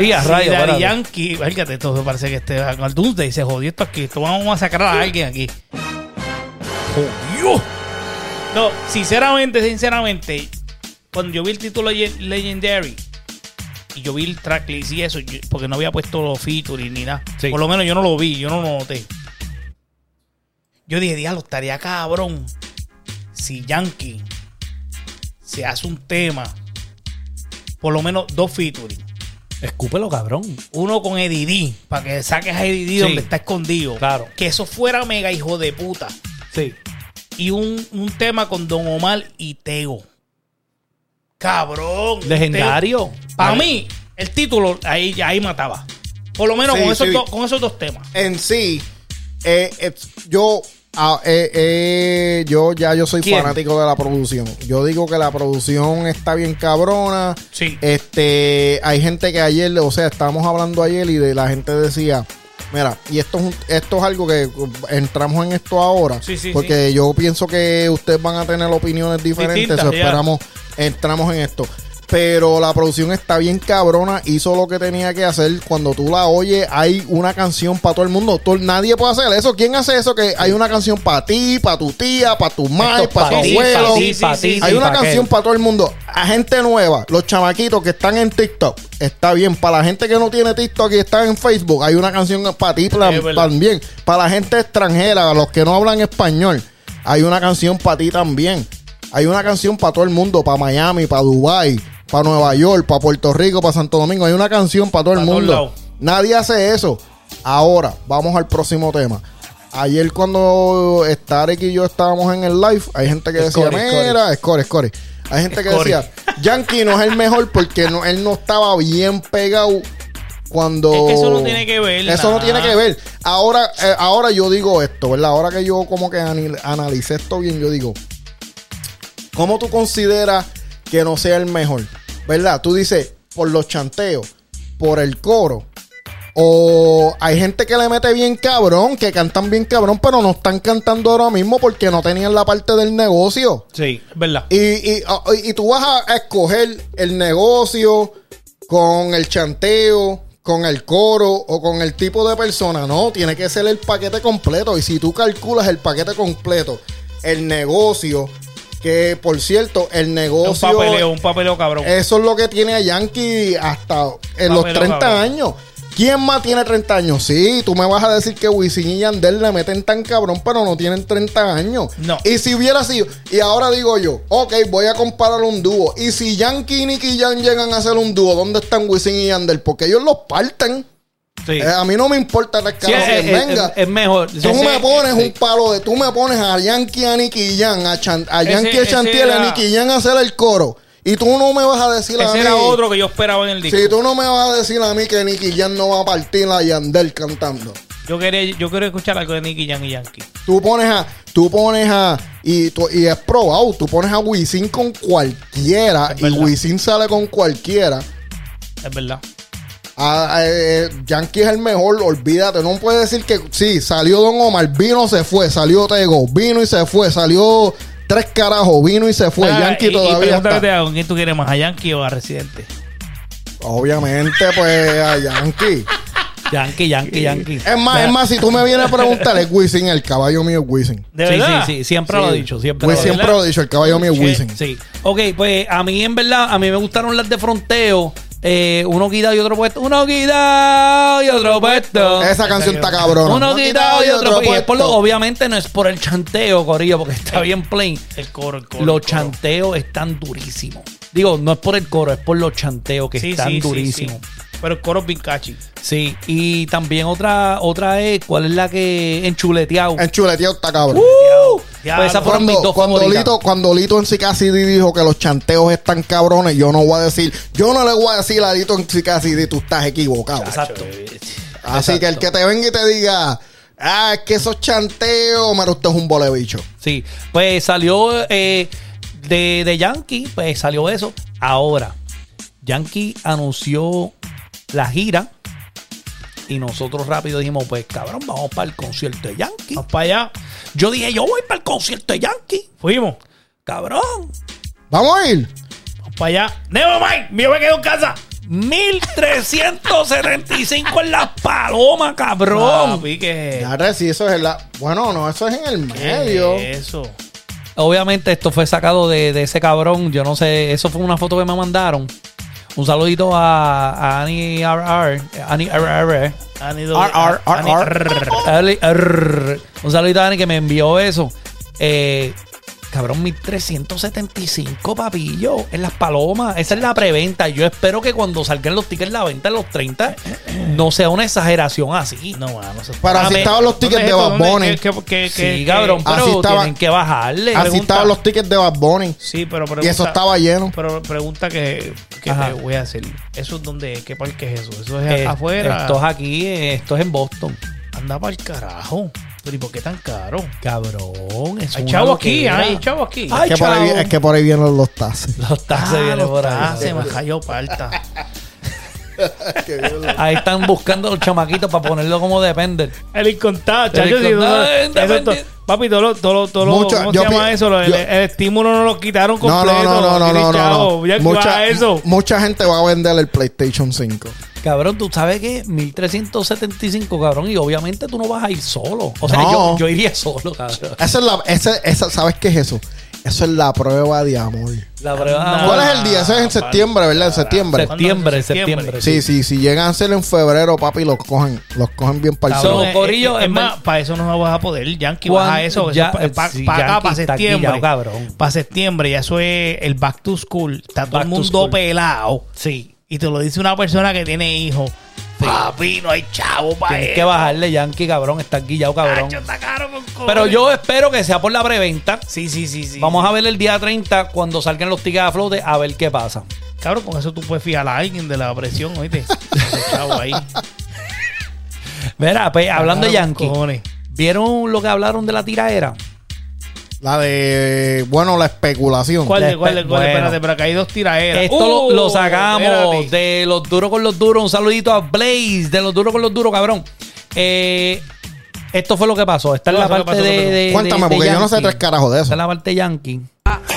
[SPEAKER 2] y a
[SPEAKER 4] si
[SPEAKER 2] rayo,
[SPEAKER 4] Daddy
[SPEAKER 2] espérate.
[SPEAKER 4] Yankee, fíjate, esto me parece que este al Doomsday se jodió esto aquí. Esto vamos a sacar a alguien aquí.
[SPEAKER 2] Dios.
[SPEAKER 4] No, sinceramente, sinceramente, cuando yo vi el título Leg- Legendary y yo vi el tracklist y eso, yo- porque no había puesto los featuring ni nada.
[SPEAKER 2] Sí.
[SPEAKER 4] Por lo menos yo no lo vi, yo no lo noté. Yo dije, diablo, estaría cabrón si Yankee se hace un tema, por lo menos dos featuring.
[SPEAKER 2] Escúpelo, cabrón.
[SPEAKER 4] Uno con Eddie D, para que saques a Eddie D
[SPEAKER 2] Sí.
[SPEAKER 4] donde está escondido.
[SPEAKER 2] Claro.
[SPEAKER 4] Que eso fuera mega hijo de puta
[SPEAKER 2] Sí.
[SPEAKER 4] y un, un tema con Don Omar y Tego. Cabrón.
[SPEAKER 2] Legendario.
[SPEAKER 4] Para mí, el título ahí, ahí mataba. Por lo menos
[SPEAKER 3] Sí,
[SPEAKER 4] con, esos
[SPEAKER 3] sí.
[SPEAKER 4] dos, con esos dos temas.
[SPEAKER 3] En sí, eh, es- yo, ah, eh, eh, yo ya yo soy
[SPEAKER 2] ¿Quién?
[SPEAKER 3] fanático de la producción. Yo digo que la producción está bien cabrona.
[SPEAKER 4] Sí.
[SPEAKER 3] Este, hay gente que ayer, o sea, estábamos hablando ayer y de la gente decía, mira, y esto es, un- esto es algo que uh, entramos en esto ahora,
[SPEAKER 4] Sí, sí,
[SPEAKER 3] porque yo pienso que ustedes van a tener opiniones diferentes,
[SPEAKER 4] Distintas,
[SPEAKER 3] so
[SPEAKER 4] ya.
[SPEAKER 3] esperamos, entramos en esto. Pero la producción está bien cabrona, hizo lo que tenía que hacer. Cuando tú la oyes, hay una canción para todo el mundo. Todo- nadie puede hacer eso. ¿Quién hace eso? Que hay una canción para ti, para tu tía, para tu madre, para tu
[SPEAKER 4] pa' ti,
[SPEAKER 3] abuelo.
[SPEAKER 4] pa' ti, pa' ti,
[SPEAKER 3] Hay una canción
[SPEAKER 2] para
[SPEAKER 3] para todo el mundo. A gente nueva, los chamaquitos que están en TikTok, está bien. Para la gente que no tiene TikTok y está en Facebook, hay una canción para ti plan-
[SPEAKER 4] Es verdad.
[SPEAKER 3] también. Para la gente extranjera, los que no hablan español, hay una canción para ti también. Hay una canción para todo el mundo, para Miami, para Dubai, para Nueva York, para Puerto Rico, para Santo Domingo. Hay una canción para todo el
[SPEAKER 4] Pa' todos lados.
[SPEAKER 3] mundo. Nadie hace eso. Ahora, vamos al próximo tema. Ayer cuando Starek y yo estábamos en el live, hay gente que decía,
[SPEAKER 2] Score, score.
[SPEAKER 3] mira, score, score. Hay gente que
[SPEAKER 4] Score.
[SPEAKER 3] decía, Yankee no es el mejor porque no, él no estaba bien pegado cuando
[SPEAKER 4] Es que eso no tiene que ver,
[SPEAKER 3] eso no
[SPEAKER 4] nada.
[SPEAKER 3] tiene que ver ahora eh, ahora yo digo esto verdad ahora que yo como que ani- analicé esto bien yo digo cómo tú consideras que no sea el mejor verdad tú dices por los chanteos por el coro o hay gente que le mete bien cabrón, que cantan bien cabrón, pero no están cantando ahora mismo porque no tenían la parte del negocio.
[SPEAKER 4] Sí, es verdad.
[SPEAKER 3] Y, y- ah, y tú vas a- a escoger el negocio con el chanteo, con el coro o con el tipo de persona. No, tiene que ser el paquete completo. Y si tú calculas el paquete completo, el negocio, que por cierto, el
[SPEAKER 4] un
[SPEAKER 3] negocio...
[SPEAKER 4] papeleo, un papeleo cabrón.
[SPEAKER 3] Eso es lo que tiene a Yankee hasta en los 30
[SPEAKER 4] cabrón.
[SPEAKER 3] años. ¿Quién más tiene 30 años? Sí, tú me vas a decir que Wisin y Yandel le meten tan cabrón, pero no tienen 30 años.
[SPEAKER 4] No.
[SPEAKER 3] Y si hubiera sido, y ahora digo yo, ok, voy a comparar un dúo. Y si Yankee y Nicky Jam llegan a hacer un dúo, ¿dónde están Wisin y Yandel? Porque ellos los parten.
[SPEAKER 2] Sí.
[SPEAKER 3] Eh, a mí no me importa la
[SPEAKER 2] Sí, eh,
[SPEAKER 3] cara
[SPEAKER 2] es, es-
[SPEAKER 3] venga.
[SPEAKER 2] es- es mejor.
[SPEAKER 3] Tú
[SPEAKER 2] Ese-
[SPEAKER 3] me pones
[SPEAKER 2] sí.
[SPEAKER 3] un palo de. Tú me pones a Yankee, a Nicky Yan, a, Chan- a
[SPEAKER 4] Ese-
[SPEAKER 3] Yankee, a
[SPEAKER 4] ese
[SPEAKER 3] Chantiel, a
[SPEAKER 4] era-
[SPEAKER 3] Nicky Yan a hacer el coro. Y tú no me vas a decir a
[SPEAKER 4] Ese
[SPEAKER 3] mí.
[SPEAKER 4] era otro que yo esperaba en el disco.
[SPEAKER 3] Si tú no me vas a decir a mí que Nicky Yan no va a partir la Yandel cantando.
[SPEAKER 4] Yo quería, yo quiero escuchar algo de Nicky Jam y Yankee.
[SPEAKER 3] Tú pones a. Tú pones a. Y, tú- y es probado. Tú pones a Wisin con cualquiera.
[SPEAKER 4] Es
[SPEAKER 3] Y
[SPEAKER 4] verdad.
[SPEAKER 3] Wisin sale con cualquiera.
[SPEAKER 4] Es verdad.
[SPEAKER 3] Ah, eh, eh, Yankee es el mejor, olvídate. No puede decir que sí, salió Don Omar, vino, se fue, salió Tego, vino y se fue, salió tres carajos, vino y se fue.
[SPEAKER 4] Ah,
[SPEAKER 3] Pues Yankee
[SPEAKER 4] y- y
[SPEAKER 3] todavía
[SPEAKER 4] pregunta que te
[SPEAKER 3] está.
[SPEAKER 4] hago, ¿quién tú quieres más, a Yankee o a Residente?
[SPEAKER 3] Obviamente, pues a Yankee.
[SPEAKER 2] Yankee, Yankee, Yankee.
[SPEAKER 3] Es más, es más, si tú me vienes a preguntar, es Wisin, el caballo mío es Wisin.
[SPEAKER 4] ¿De
[SPEAKER 2] sí,
[SPEAKER 4] verdad?
[SPEAKER 2] sí, sí, siempre lo he dicho, siempre
[SPEAKER 3] Pues
[SPEAKER 2] lo he dicho.
[SPEAKER 3] siempre lo he dicho, el caballo mío es Wisin.
[SPEAKER 2] Sí. Ok, pues a mí en verdad, a mí me gustaron las de fronteo. Eh, uno quitado y otro puesto. Uno quitado y otro puesto.
[SPEAKER 3] Esa canción está cabrona.
[SPEAKER 2] Uno quitado y otro, puesto. Y es por lo-
[SPEAKER 3] puesto.
[SPEAKER 2] obviamente no es por el chanteo, Corillo, porque está bien plain.
[SPEAKER 4] El coro, el coro.
[SPEAKER 2] Los
[SPEAKER 4] el coro.
[SPEAKER 2] chanteos están durísimos. Digo, no es por el coro, es por los chanteos que
[SPEAKER 4] Sí,
[SPEAKER 2] están
[SPEAKER 4] sí, sí,
[SPEAKER 2] durísimos.
[SPEAKER 4] sí. Pero el coro es bien catchy.
[SPEAKER 2] Sí. y también otra otra es, ¿cuál es la que enchuleteado?
[SPEAKER 3] El chuletío está cabrón.
[SPEAKER 2] ¡Uh!
[SPEAKER 4] Ya,
[SPEAKER 2] Pues esas
[SPEAKER 4] no.
[SPEAKER 2] fueron mis
[SPEAKER 3] cuando,
[SPEAKER 2] dos
[SPEAKER 3] cuando
[SPEAKER 2] favoritas.
[SPEAKER 3] Lito, cuando Lito en Cicacidi dijo que los chanteos están cabrones, yo no voy a decir, yo no le voy a decir a Lito en Cicacidi, tú estás equivocado.
[SPEAKER 2] Exacto.
[SPEAKER 3] Así que el que te venga y te diga, ah, es que esos chanteos, pero usted es un bolebicho.
[SPEAKER 2] Sí, pues salió eh, de, de Yankee, pues salió eso. Ahora, Yankee anunció la gira y nosotros rápido dijimos, pues cabrón, vamos para el concierto de Yankee.
[SPEAKER 4] Vamos para allá.
[SPEAKER 2] Yo dije, yo voy para el concierto de Yankee,
[SPEAKER 4] Fuimos.
[SPEAKER 2] cabrón.
[SPEAKER 3] Vamos a ir.
[SPEAKER 4] Vamos para allá. Never mind. Mío me quedo en casa.
[SPEAKER 2] 1375 en las palomas, cabrón.
[SPEAKER 4] Papi,
[SPEAKER 2] Eh.
[SPEAKER 4] que-
[SPEAKER 3] Claro, si eso es la. Bueno, no, eso es en el medio.
[SPEAKER 4] Eso.
[SPEAKER 2] Obviamente esto fue sacado de, de ese cabrón. Yo no sé, eso fue una foto que me mandaron. Un saludito a, a Annie RR. Annie RR.
[SPEAKER 4] Han ido-
[SPEAKER 2] RR.
[SPEAKER 4] han ido-
[SPEAKER 2] Annie RR. Un saludito a Annie que me envió eso. Eh, cabrón, 1375 papillo en las palomas. Esa es la preventa. Yo espero que cuando salgan los tickets, la venta en los 30, no sea una exageración así.
[SPEAKER 4] No, mano. eso-
[SPEAKER 3] Pero así
[SPEAKER 4] Dame-
[SPEAKER 3] estaban los
[SPEAKER 4] ¿Dónde
[SPEAKER 3] tickets
[SPEAKER 4] es
[SPEAKER 3] de
[SPEAKER 4] esto?
[SPEAKER 3] Bad
[SPEAKER 4] ¿Dónde-
[SPEAKER 3] Bunny.
[SPEAKER 4] qué- qué- qué-
[SPEAKER 2] sí,
[SPEAKER 4] qué- Ah,
[SPEAKER 2] cabrón,
[SPEAKER 3] así
[SPEAKER 2] pero
[SPEAKER 3] estaba-
[SPEAKER 2] tienen que bajarle.
[SPEAKER 3] Así
[SPEAKER 2] Pregunta-
[SPEAKER 3] estaban los tickets de Bad Bunny.
[SPEAKER 4] Sí,
[SPEAKER 3] Y
[SPEAKER 4] pero
[SPEAKER 3] eso
[SPEAKER 4] pregunta-
[SPEAKER 3] estaba lleno.
[SPEAKER 4] Pero pregunta que, que
[SPEAKER 2] Ajá.
[SPEAKER 4] te voy a hacer. ¿Eso es donde? ¿Qué parque es eso? Eso es
[SPEAKER 2] Eh,
[SPEAKER 4] afuera.
[SPEAKER 2] Esto es aquí, eh, esto es en Boston.
[SPEAKER 4] Anda para el carajo. Pero ¿y por qué tan caro?
[SPEAKER 2] Cabrón, es
[SPEAKER 4] Hay
[SPEAKER 2] una
[SPEAKER 4] chavo aquí,
[SPEAKER 2] loquera.
[SPEAKER 4] hay chavo aquí.
[SPEAKER 2] Ay,
[SPEAKER 3] Que por ahí-
[SPEAKER 2] chavo.
[SPEAKER 3] es que por ahí vienen los taxis.
[SPEAKER 2] Los taxes vienen por ahí.
[SPEAKER 4] Ah, se me cayó parta.
[SPEAKER 2] Ahí están buscando los chamaquitos para ponerlo como depender.
[SPEAKER 4] (laughs) El incontado,
[SPEAKER 2] El
[SPEAKER 4] chacho. sí,
[SPEAKER 2] incontado,
[SPEAKER 4] no,
[SPEAKER 2] eh,
[SPEAKER 4] eso es to- papi, todo lo, todo lo- todo lo-
[SPEAKER 3] Mucho-
[SPEAKER 4] ¿cómo
[SPEAKER 3] yo
[SPEAKER 4] se llama
[SPEAKER 3] pi-
[SPEAKER 4] eso? Lo- el,
[SPEAKER 3] yo-
[SPEAKER 4] el estímulo no lo quitaron
[SPEAKER 3] No,
[SPEAKER 4] completo.
[SPEAKER 3] no, no, no, no, no, no, no.
[SPEAKER 4] Ya
[SPEAKER 3] Mucha,
[SPEAKER 4] eso.
[SPEAKER 3] mucha gente va a vender el PlayStation 5.
[SPEAKER 2] Cabrón, tú sabes que 1375, cabrón, y obviamente tú no vas a ir solo. O sea,
[SPEAKER 3] No.
[SPEAKER 2] yo, yo iría solo, cabrón.
[SPEAKER 3] Esa es la, esa, esa, ¿sabes qué es eso? Eso es la prueba de amor.
[SPEAKER 2] La prueba.
[SPEAKER 4] Ah,
[SPEAKER 3] ¿Cuál es el día? Eso es en
[SPEAKER 4] para-
[SPEAKER 3] septiembre, ¿verdad? En septiembre.
[SPEAKER 4] Sep-
[SPEAKER 2] Septiembre,
[SPEAKER 4] ¿Cuándo?
[SPEAKER 2] septiembre.
[SPEAKER 3] Sí, sí, si llegan a ser en febrero, papi, los cogen, los cogen bien para el
[SPEAKER 2] Cabrón,
[SPEAKER 3] sol.
[SPEAKER 2] eh, Corillo,
[SPEAKER 4] es,
[SPEAKER 2] en
[SPEAKER 4] más,
[SPEAKER 2] ver-
[SPEAKER 4] para eso no vas a poder. Yankee,
[SPEAKER 2] Cuan-
[SPEAKER 4] baja eso.
[SPEAKER 2] ya,
[SPEAKER 4] para
[SPEAKER 2] sí, Yankee
[SPEAKER 4] acá, para
[SPEAKER 2] está
[SPEAKER 4] septiembre.
[SPEAKER 2] quillao, cabrón.
[SPEAKER 4] Para septiembre, ya eso es el back to school. Está todo
[SPEAKER 2] Back
[SPEAKER 4] el
[SPEAKER 2] to
[SPEAKER 4] mundo
[SPEAKER 2] school.
[SPEAKER 4] pelado.
[SPEAKER 2] Sí.
[SPEAKER 4] Y te lo dice una persona que tiene hijos. Papi, no hay chavo para
[SPEAKER 2] Tienes que bajarle, Yankee, cabrón. Está guillado, cabrón.
[SPEAKER 4] está caro con cojones.
[SPEAKER 2] Pero yo espero que sea por la preventa.
[SPEAKER 4] Sí, sí, sí, sí.
[SPEAKER 2] Vamos a ver el día 30 cuando salgan los tickets a flote a ver qué pasa.
[SPEAKER 4] Cabrón, con eso tú puedes fijar a alguien de la presión,
[SPEAKER 2] (laughs)
[SPEAKER 4] oíste. Ese chavo ahí.
[SPEAKER 2] Mira, pues, hablando de
[SPEAKER 4] Cagaron
[SPEAKER 2] Yankee,
[SPEAKER 4] cojones.
[SPEAKER 2] ¿vieron lo que hablaron de la tiraera?
[SPEAKER 3] La de, bueno, la especulación.
[SPEAKER 4] ¿Cuál, de-
[SPEAKER 2] Despe-
[SPEAKER 4] cuál, de- cuál?
[SPEAKER 2] bueno.
[SPEAKER 4] Espérate, pero acá hay dos tiraderas.
[SPEAKER 2] Esto
[SPEAKER 4] Uh,
[SPEAKER 2] lo, lo sacamos
[SPEAKER 4] espérate.
[SPEAKER 2] de los duros con los duros. Un saludito a Blaze de los duros con los duros, cabrón. Eh, esto fue lo que pasó. Esta es
[SPEAKER 4] Todo
[SPEAKER 2] la
[SPEAKER 4] eso que
[SPEAKER 2] parte
[SPEAKER 4] pasó,
[SPEAKER 2] de,
[SPEAKER 4] pero-
[SPEAKER 2] de-
[SPEAKER 3] Cuéntame,
[SPEAKER 2] de- de
[SPEAKER 3] porque yo no sé
[SPEAKER 2] Yankee.
[SPEAKER 3] tres carajos de
[SPEAKER 2] Esta
[SPEAKER 3] eso.
[SPEAKER 2] es la parte Yankee.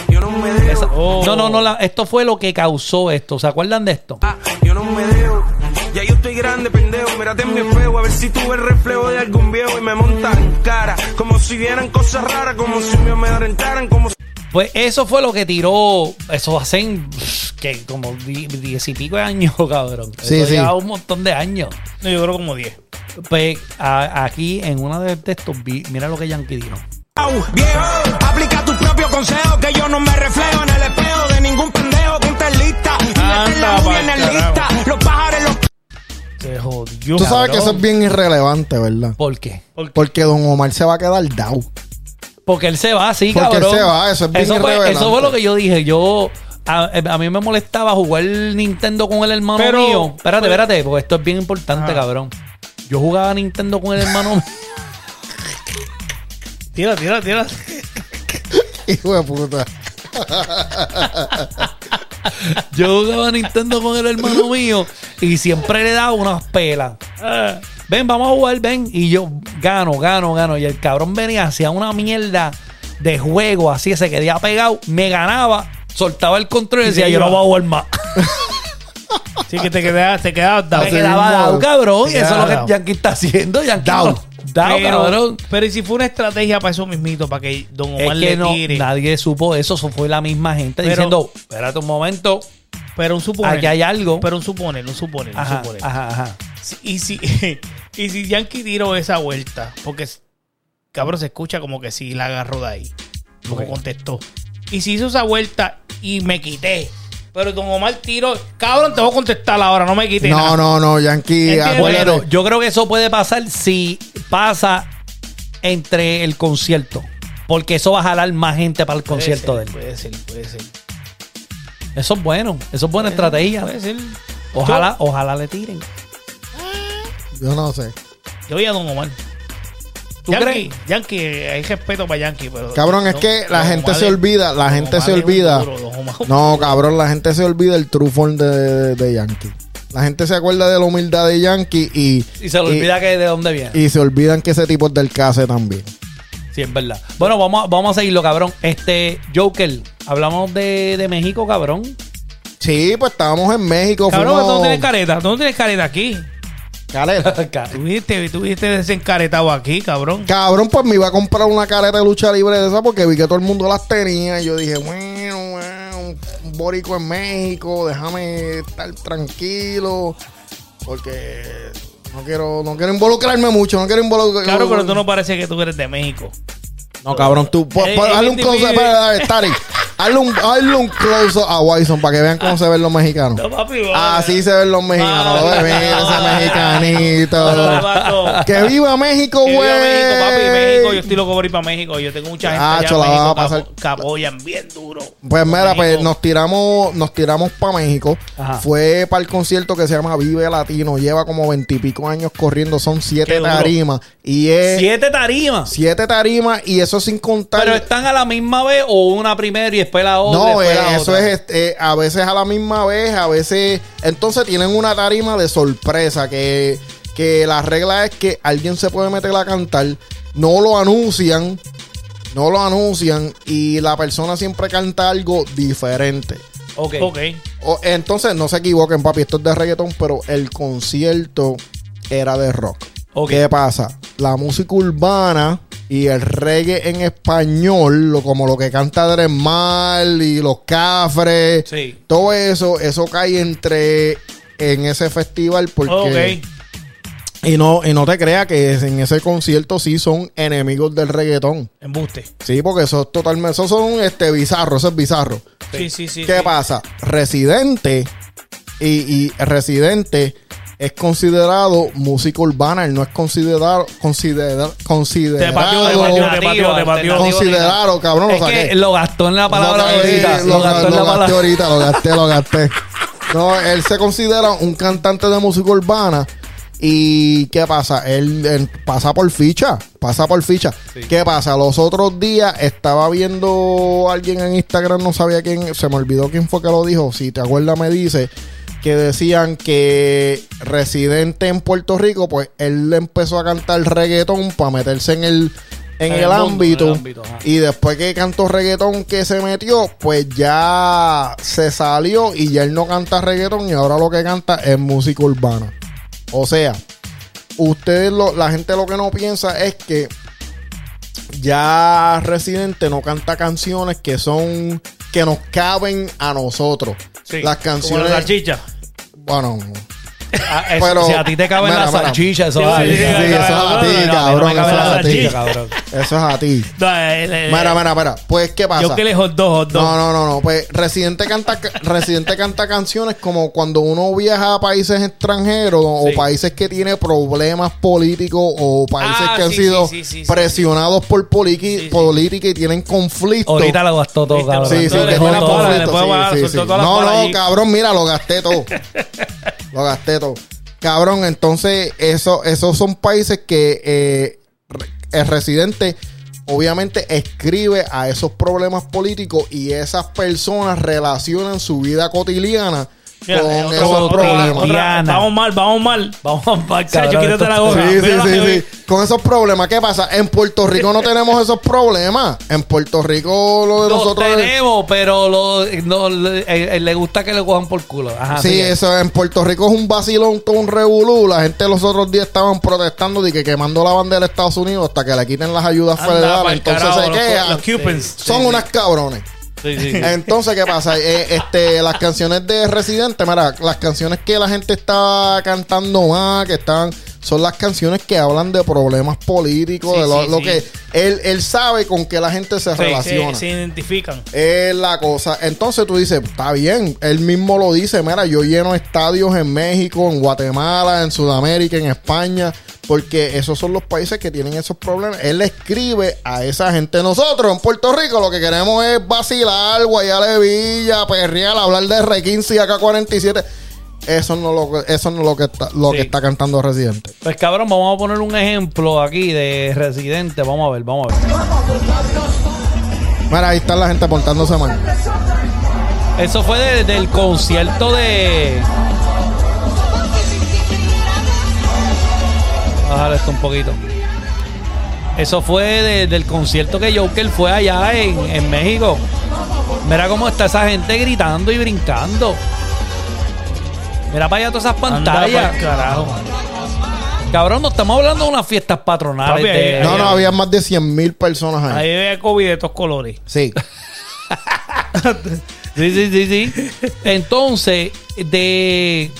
[SPEAKER 7] Yo no me dejo,
[SPEAKER 4] Oh.
[SPEAKER 2] No, no, no. la- esto fue lo que causó esto. ¿Se acuerdan de esto?
[SPEAKER 7] ah, yo no me dejo. Ya yo estoy grande, pendejo. Mírate en mi espejo, a ver si tú ves el reflejo de algún viejo y me montan cara. Como si vieran cosas raras, como si me amedrentaran, como si.
[SPEAKER 2] Pues eso fue lo que tiró. Eso hacen pff, que como di- diez y pico de años, (laughs) cabrón.
[SPEAKER 3] Sí,
[SPEAKER 2] eso
[SPEAKER 3] sí.
[SPEAKER 2] lleva un montón de años.
[SPEAKER 4] No, yo creo como 10.
[SPEAKER 2] Pues a- aquí en una de de estos, vi- mira lo que Yankee dijo.
[SPEAKER 7] Au, viejo, aplica tu propio consejo, que yo no me reflejo en el espejo de ningún pendejo. Ponte lista, y mete
[SPEAKER 4] Ah, Anda
[SPEAKER 7] la uña en
[SPEAKER 4] pa'l
[SPEAKER 7] el lista.
[SPEAKER 4] carajo.
[SPEAKER 7] Los pájaros, los
[SPEAKER 4] Se jodió.
[SPEAKER 3] Tú sabes que eso
[SPEAKER 4] cabrón.
[SPEAKER 3] es bien irrelevante, ¿verdad?
[SPEAKER 2] ¿Por qué?
[SPEAKER 3] Porque Don Omar se va a quedar down. (laughs)
[SPEAKER 2] Porque él se va, sí,
[SPEAKER 3] Porque
[SPEAKER 2] cabrón.
[SPEAKER 3] él se va, eso es bien
[SPEAKER 2] fue,
[SPEAKER 3] irreverente.
[SPEAKER 2] eso fue lo que yo dije. Yo. A, a mí me molestaba jugar Nintendo con el hermano
[SPEAKER 4] Pero-
[SPEAKER 2] mío. Espérate,
[SPEAKER 4] pero-
[SPEAKER 2] espérate, porque esto es bien importante,
[SPEAKER 4] Ajá.
[SPEAKER 2] cabrón. Yo jugaba Nintendo con el hermano mío.
[SPEAKER 4] Tira, tira, tira.
[SPEAKER 3] Hijo de puta.
[SPEAKER 2] Yo jugaba Nintendo con el hermano mío y siempre le daba unas pelas. Ah, Ven, vamos a jugar, ven. Y yo gano, gano, gano. Y el cabrón venía, hacía una mierda de juego, así se quedaba pegado, me ganaba, soltaba el control y
[SPEAKER 4] Y
[SPEAKER 2] decía,
[SPEAKER 4] se
[SPEAKER 2] yo
[SPEAKER 4] iba.
[SPEAKER 2] no voy a jugar más.
[SPEAKER 4] Sí, que te quedabas te quedabas down.
[SPEAKER 2] Me quedaba
[SPEAKER 3] mismo.
[SPEAKER 2] dao, cabrón. Y
[SPEAKER 4] Te
[SPEAKER 2] eso es lo
[SPEAKER 4] quedaba
[SPEAKER 2] que
[SPEAKER 4] dao.
[SPEAKER 2] Yankee está haciendo. Yankee
[SPEAKER 3] Dao.
[SPEAKER 2] no- dao,
[SPEAKER 4] pero,
[SPEAKER 2] cabrón.
[SPEAKER 4] pero y si fue una estrategia para eso mismito, para que Don
[SPEAKER 2] Es
[SPEAKER 4] Omar
[SPEAKER 2] que
[SPEAKER 4] le
[SPEAKER 2] no,
[SPEAKER 4] tire.
[SPEAKER 2] nadie supo eso. Eso fue la misma gente
[SPEAKER 4] Pero-
[SPEAKER 2] diciendo, espérate un momento,
[SPEAKER 4] pero un suponer.
[SPEAKER 2] aquí hay algo.
[SPEAKER 4] Pero un suponer, un suponer, un
[SPEAKER 2] ajá,
[SPEAKER 4] suponer.
[SPEAKER 2] ajá, ajá.
[SPEAKER 4] Si- Y si, (laughs) y si Yankee tiró esa vuelta, porque s- cabrón se escucha como que si la agarró de ahí, como
[SPEAKER 2] Ok.
[SPEAKER 4] contestó. Y si hizo esa vuelta y me quité, pero Don Omar tiró, cabrón, te voy a contestar ahora, no me quité.
[SPEAKER 3] No,
[SPEAKER 4] nada.
[SPEAKER 3] no, no, Yankee.
[SPEAKER 4] Entiendo.
[SPEAKER 3] acuérdate.
[SPEAKER 2] Bueno, yo creo que eso puede pasar si pasa entre el concierto. Porque eso va a jalar más gente para el
[SPEAKER 4] Puede
[SPEAKER 2] concierto
[SPEAKER 4] ser,
[SPEAKER 2] de él.
[SPEAKER 4] Puede ser, puede ser.
[SPEAKER 2] Eso es bueno. Eso es buena estrategia.
[SPEAKER 4] Puede ser.
[SPEAKER 2] Ojalá, ojalá le tiren.
[SPEAKER 3] Yo no sé.
[SPEAKER 4] Yo vi a Don Omar.
[SPEAKER 2] ¿Tú
[SPEAKER 4] Yankee,
[SPEAKER 2] crees?
[SPEAKER 4] Yankee, eh, hay respeto para Yankee, pero.
[SPEAKER 3] Cabrón, es
[SPEAKER 4] Don-
[SPEAKER 3] que la
[SPEAKER 4] Don
[SPEAKER 3] gente
[SPEAKER 4] Omar
[SPEAKER 3] se
[SPEAKER 4] es-
[SPEAKER 3] olvida, la
[SPEAKER 4] Don
[SPEAKER 3] gente
[SPEAKER 4] Omar
[SPEAKER 3] se
[SPEAKER 4] es un
[SPEAKER 3] olvida.
[SPEAKER 4] duro, Don Omar-
[SPEAKER 3] No, cabrón, la gente se olvida el true form de, de- de Yankee. La gente se acuerda de la humildad de Yankee y,
[SPEAKER 2] Y se le olvida que de dónde viene.
[SPEAKER 3] y se olvidan que ese tipo es del case también.
[SPEAKER 2] Sí, es verdad. Bueno, vamos a, vamos a seguirlo, cabrón. Este, Joker, hablamos de, de México, cabrón.
[SPEAKER 3] Sí, pues estábamos en México,
[SPEAKER 4] Cabrón, pero tú no
[SPEAKER 3] fuimos...
[SPEAKER 4] tienes careta, tú no tienes careta aquí.
[SPEAKER 3] Calera.
[SPEAKER 4] Tú viniste, tú viniste desencaretado aquí, cabrón.
[SPEAKER 3] Cabrón, pues me iba a comprar una careta de lucha libre de esa porque vi que todo el mundo las tenía. Y yo dije, bueno, bueno, un- un borico en México, déjame estar tranquilo. Porque no quiero, no quiero involucrarme mucho, no quiero involucrarme.
[SPEAKER 4] Claro, pero tú no parece que tú eres de México.
[SPEAKER 3] No, cabrón, tú. po-
[SPEAKER 4] Eh,
[SPEAKER 3] po-
[SPEAKER 4] eh,
[SPEAKER 3] hazle un
[SPEAKER 4] eh,
[SPEAKER 3] close
[SPEAKER 4] eh,
[SPEAKER 3] up
[SPEAKER 4] (laughs)
[SPEAKER 3] Hazle un, hazle un close a Wison para que vean cómo se ven los mexicanos.
[SPEAKER 4] No, papi, vamos.
[SPEAKER 3] Así se ven los mexicanos.
[SPEAKER 4] Ah,
[SPEAKER 3] Mira ese
[SPEAKER 4] No,
[SPEAKER 3] mexicanito.
[SPEAKER 4] pato.
[SPEAKER 3] Que viva México,
[SPEAKER 4] Que
[SPEAKER 3] güey.
[SPEAKER 4] viva México, papi, México. Yo estoy loco por ir para México. Yo tengo mucha gente
[SPEAKER 3] Ah,
[SPEAKER 4] allá en
[SPEAKER 3] cho, la vas a
[SPEAKER 4] México que apo-
[SPEAKER 3] pasar-
[SPEAKER 4] que apoyan bien duro.
[SPEAKER 3] Pues mira, pues
[SPEAKER 4] México.
[SPEAKER 3] nos tiramos, nos tiramos para México.
[SPEAKER 2] Ajá.
[SPEAKER 3] Fue para el concierto que se llama Vive Latino. Lleva como veintipico años corriendo. Son
[SPEAKER 4] Qué
[SPEAKER 3] siete
[SPEAKER 4] duro.
[SPEAKER 3] tarimas. Y es
[SPEAKER 2] Siete tarimas.
[SPEAKER 3] siete tarimas. Y eso sin contar.
[SPEAKER 2] Pero están a la misma vez o una primero y después la otra. y
[SPEAKER 3] no,
[SPEAKER 2] después
[SPEAKER 3] eh,
[SPEAKER 2] la
[SPEAKER 3] eso
[SPEAKER 2] otra?
[SPEAKER 3] es este, eh, a veces a la misma vez, a veces. Entonces tienen una tarima de sorpresa. Que, que la regla es que alguien se puede meter a cantar. No lo anuncian. No lo anuncian. Y la persona siempre canta algo diferente.
[SPEAKER 2] Ok.
[SPEAKER 4] Ok.
[SPEAKER 3] O- entonces, no se equivoquen, papi, esto es de reggaetón, pero el concierto era de rock.
[SPEAKER 2] Ok.
[SPEAKER 3] ¿Qué pasa? La música urbana y el reggae en español, lo, como lo que canta Dres Mal y los cafres,
[SPEAKER 2] Sí.
[SPEAKER 3] todo eso, eso cae entre en ese festival porque
[SPEAKER 4] Ok.
[SPEAKER 3] y no y no te creas que en ese concierto sí son enemigos del reggaetón.
[SPEAKER 4] Embuste.
[SPEAKER 3] Sí, porque eso es totalmente, eso son este bizarro, eso es bizarro.
[SPEAKER 4] Sí, sí, sí.
[SPEAKER 3] ¿Qué
[SPEAKER 4] sí.
[SPEAKER 3] pasa? Residente y, y Residente es considerado música urbana. Él no es considerado. Considerado.
[SPEAKER 4] Te pateó, te pateó, te pateó, te pateó.
[SPEAKER 3] Considerado, cabrón.
[SPEAKER 2] Es
[SPEAKER 3] lo saqué.
[SPEAKER 2] que lo gastó en la palabra
[SPEAKER 3] Lo saqué,
[SPEAKER 2] ahorita.
[SPEAKER 3] Lo,
[SPEAKER 2] Lo gastó en la
[SPEAKER 3] lo gasté
[SPEAKER 2] palabra.
[SPEAKER 3] ahorita, lo gasté, lo gasté. No, él se considera un cantante de música urbana. ¿Y qué pasa? Él, él pasa por ficha. Pasa por ficha. ¿Qué pasa? Los otros días estaba viendo a alguien en Instagram, no sabía quién, se me olvidó quién fue que lo dijo. Si te acuerdas, me dice que decían que residente en Puerto Rico, pues él empezó a cantar reggaetón para meterse en el, en el, ámbito. y después que cantó reggaetón que se metió, pues ya se salió y ya él no canta reggaetón y ahora lo que canta es música urbana. O sea, ustedes, lo- la gente lo que no piensa es que ya Residente no canta canciones que son que nos caben a nosotros.
[SPEAKER 4] Sí,
[SPEAKER 3] las
[SPEAKER 4] Como
[SPEAKER 3] canciones,
[SPEAKER 4] la salchicha.
[SPEAKER 3] bueno,
[SPEAKER 2] Ah, es-
[SPEAKER 3] Pero-
[SPEAKER 2] si a ti te caben
[SPEAKER 3] Mira,
[SPEAKER 2] las
[SPEAKER 3] mira.
[SPEAKER 2] salchichas, eso
[SPEAKER 4] Sí,
[SPEAKER 2] va.
[SPEAKER 4] sí, sí,
[SPEAKER 2] Eso
[SPEAKER 4] sí,
[SPEAKER 2] va.
[SPEAKER 4] eso va a ti,
[SPEAKER 2] No, no,
[SPEAKER 3] cabrón,
[SPEAKER 2] no me caben
[SPEAKER 3] eso
[SPEAKER 2] las
[SPEAKER 3] va a ti.
[SPEAKER 2] salchichas, cabrón.
[SPEAKER 3] eso es a ti.
[SPEAKER 4] No, eh, (laughs) eh,
[SPEAKER 3] Mira, mira, mira. Pues qué pasa.
[SPEAKER 4] Yo que le hot dog, hot dog.
[SPEAKER 3] No, no, no, no. Pues Residente canta, Residente canta canciones como cuando uno viaja a países extranjeros o países que tiene problemas políticos o países
[SPEAKER 6] Ah,
[SPEAKER 3] que han
[SPEAKER 6] sí,
[SPEAKER 3] sido
[SPEAKER 6] sí, sí, sí, sí,
[SPEAKER 3] presionados por poliqui- política y tienen conflictos.
[SPEAKER 2] Ahorita lo gastó todo,
[SPEAKER 4] Viste,
[SPEAKER 2] cabrón.
[SPEAKER 4] lo
[SPEAKER 3] Sí, sí,
[SPEAKER 4] Todo
[SPEAKER 3] que
[SPEAKER 4] le
[SPEAKER 3] tienen
[SPEAKER 4] puedo dar, le
[SPEAKER 3] conflictos,
[SPEAKER 4] puedo
[SPEAKER 3] sí,
[SPEAKER 4] dar,
[SPEAKER 3] sí,
[SPEAKER 4] soltó
[SPEAKER 3] sí.
[SPEAKER 4] todas las
[SPEAKER 3] No,
[SPEAKER 4] por
[SPEAKER 3] no,
[SPEAKER 4] allí.
[SPEAKER 3] cabrón, mira, lo gasté
[SPEAKER 4] (laughs)
[SPEAKER 3] todo. lo gasté todo. Cabrón, entonces, eso, esos son países que eh, re- el residente obviamente escribe a esos problemas políticos y esas personas relacionan su vida cotidiana
[SPEAKER 4] Mira,
[SPEAKER 3] con
[SPEAKER 4] eh,
[SPEAKER 3] esos
[SPEAKER 4] otra- otra-
[SPEAKER 3] problemas.
[SPEAKER 4] otra-
[SPEAKER 2] Diana.
[SPEAKER 4] Vamos mal, vamos mal.
[SPEAKER 2] Vamos, para
[SPEAKER 4] Chacho, quítate la gorra.
[SPEAKER 3] Sí, sí,
[SPEAKER 4] Mira,
[SPEAKER 3] sí,
[SPEAKER 4] mira,
[SPEAKER 3] sí. Con esos problemas, ¿qué pasa? En Puerto Rico no tenemos esos problemas. En Puerto Rico lo de
[SPEAKER 2] Lo
[SPEAKER 3] nosotros eh. es-
[SPEAKER 2] tenemos, pero lo- no, le, eh, eh, le gusta que le cojan por culo.
[SPEAKER 4] Ah,
[SPEAKER 2] Ajá,
[SPEAKER 3] sí,
[SPEAKER 2] sigue.
[SPEAKER 3] eso en Puerto Rico es un vacilón, todo un revolú. La gente los otros días estaban protestando de que quemando la bandera de Estados Unidos hasta que le quiten las ayudas
[SPEAKER 4] Anda,
[SPEAKER 3] federales.
[SPEAKER 4] pa'l
[SPEAKER 3] Entonces
[SPEAKER 4] carajo,
[SPEAKER 3] se
[SPEAKER 4] los-
[SPEAKER 3] quejan.
[SPEAKER 4] los Cubans.
[SPEAKER 3] Son unas cabrones.
[SPEAKER 4] Sí, (laughs) sí.
[SPEAKER 3] (laughs) Entonces, ¿qué pasa? Eh, este, las canciones de Residente, mira, las canciones que la gente está cantando más, que están, son las canciones que hablan de problemas políticos,
[SPEAKER 4] Sí,
[SPEAKER 3] de lo,
[SPEAKER 4] sí,
[SPEAKER 3] lo
[SPEAKER 4] sí.
[SPEAKER 3] que él, él sabe con que la gente se relaciona.
[SPEAKER 4] Se, se identifican.
[SPEAKER 3] Es la cosa. Entonces tú dices, está bien. Él mismo lo dice, mira, yo lleno estadios en México, en Guatemala, en Sudamérica, en España, porque esos son los países que tienen esos problemas. Él escribe a esa gente. Nosotros en Puerto Rico lo que queremos es vacilar, guayale villa, perrear, hablar de R15 y AK-47. Eso no lo, eso no lo que está, lo que está cantando Residente.
[SPEAKER 2] Pues cabrón, vamos a poner un ejemplo aquí de residente. Vamos a ver, vamos a
[SPEAKER 3] Mira, ahí está la gente portándose mal.
[SPEAKER 2] ver. Eso fue de- del concierto de. Bajar esto un poquito. Eso fue de- del concierto que Joker fue allá en, en México. Mira cómo está esa gente gritando y brincando. Mira para allá todas esas
[SPEAKER 4] Anda pues,
[SPEAKER 2] pantallas.
[SPEAKER 4] pa'l carajo.
[SPEAKER 2] Cabrón, no estamos hablando de unas fiestas patronales.
[SPEAKER 4] Papi,
[SPEAKER 2] de-
[SPEAKER 4] ahí-
[SPEAKER 3] No, no, había más de 100 mil personas
[SPEAKER 4] Ahí
[SPEAKER 3] ahí.
[SPEAKER 4] ve COVID de todos colores. (laughs)
[SPEAKER 3] Sí.
[SPEAKER 2] Sí, sí, sí,
[SPEAKER 3] (laughs)
[SPEAKER 2] sí. Entonces, de.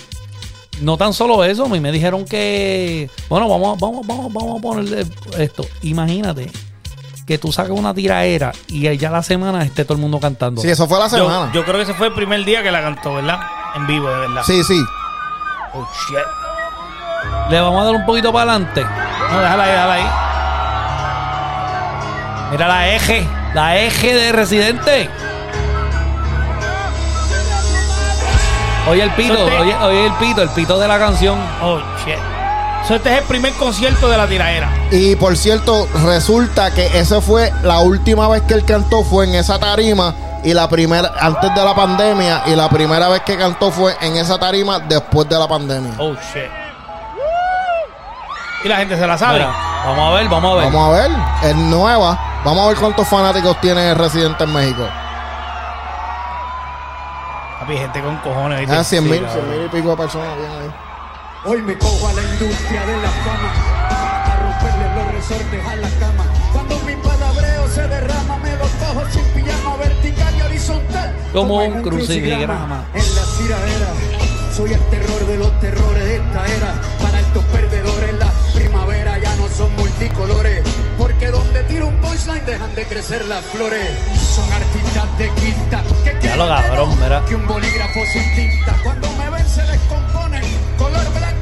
[SPEAKER 2] No tan solo eso, a mí me dijeron que. Bueno, vamos, vamos, vamos, vamos a ponerle esto. Imagínate que tú saques una tiraera y ahí ya la semana esté todo el mundo cantando.
[SPEAKER 3] Sí, eso fue la semana.
[SPEAKER 4] Yo, yo creo que ese fue el primer día que la cantó, ¿verdad? En vivo, de verdad.
[SPEAKER 3] Sí, sí.
[SPEAKER 4] Oh, shit.
[SPEAKER 2] Le vamos a dar un poquito para adelante.
[SPEAKER 4] No, déjala ahí, déjala ahí.
[SPEAKER 2] Mira
[SPEAKER 4] E
[SPEAKER 2] la eje, la eje de residente. Oye el pito,
[SPEAKER 4] Suelte.
[SPEAKER 2] oye, oye el pito, el pito de la canción.
[SPEAKER 4] Oh, shit. So, este es el primer concierto de la tiraera.
[SPEAKER 3] Y por cierto, resulta que esa fue la última vez que él cantó fue en esa tarima y la primera antes de la pandemia y la primera vez que cantó fue en esa tarima después de la pandemia.
[SPEAKER 4] Oh, shit. Y la gente se la sabe.
[SPEAKER 2] Mira, vamos a ver, vamos a ver.
[SPEAKER 3] Vamos a ver, es nueva. Vamos a ver cuántos fanáticos tiene Residente en México.
[SPEAKER 4] Papi, gente con cojones. ¿viste?
[SPEAKER 3] Ah, 100
[SPEAKER 4] Sí,
[SPEAKER 3] mil,
[SPEAKER 4] cabrón.
[SPEAKER 3] 100 mil y pico de personas bien ahí.
[SPEAKER 4] (laughs)
[SPEAKER 8] Hoy me cojo a la industria de la fama a romperle los resortes a la cama. Cuando mi palabreo se derrama, me los cojo sin pijama vertical y horizontal.
[SPEAKER 2] Como
[SPEAKER 8] en
[SPEAKER 2] un crucigrama.
[SPEAKER 8] En la tiraera, soy el terror de los terrores de esta era. Para estos perdedores, la primavera ya no son multicolores. Porque donde tiro un punchline dejan de crecer las flores. Son artistas de quinta que quieren
[SPEAKER 2] lo
[SPEAKER 8] menos
[SPEAKER 2] cabrón, mira.
[SPEAKER 8] que un bolígrafo sin tinta. Cuando me ven se descomponen, color blanco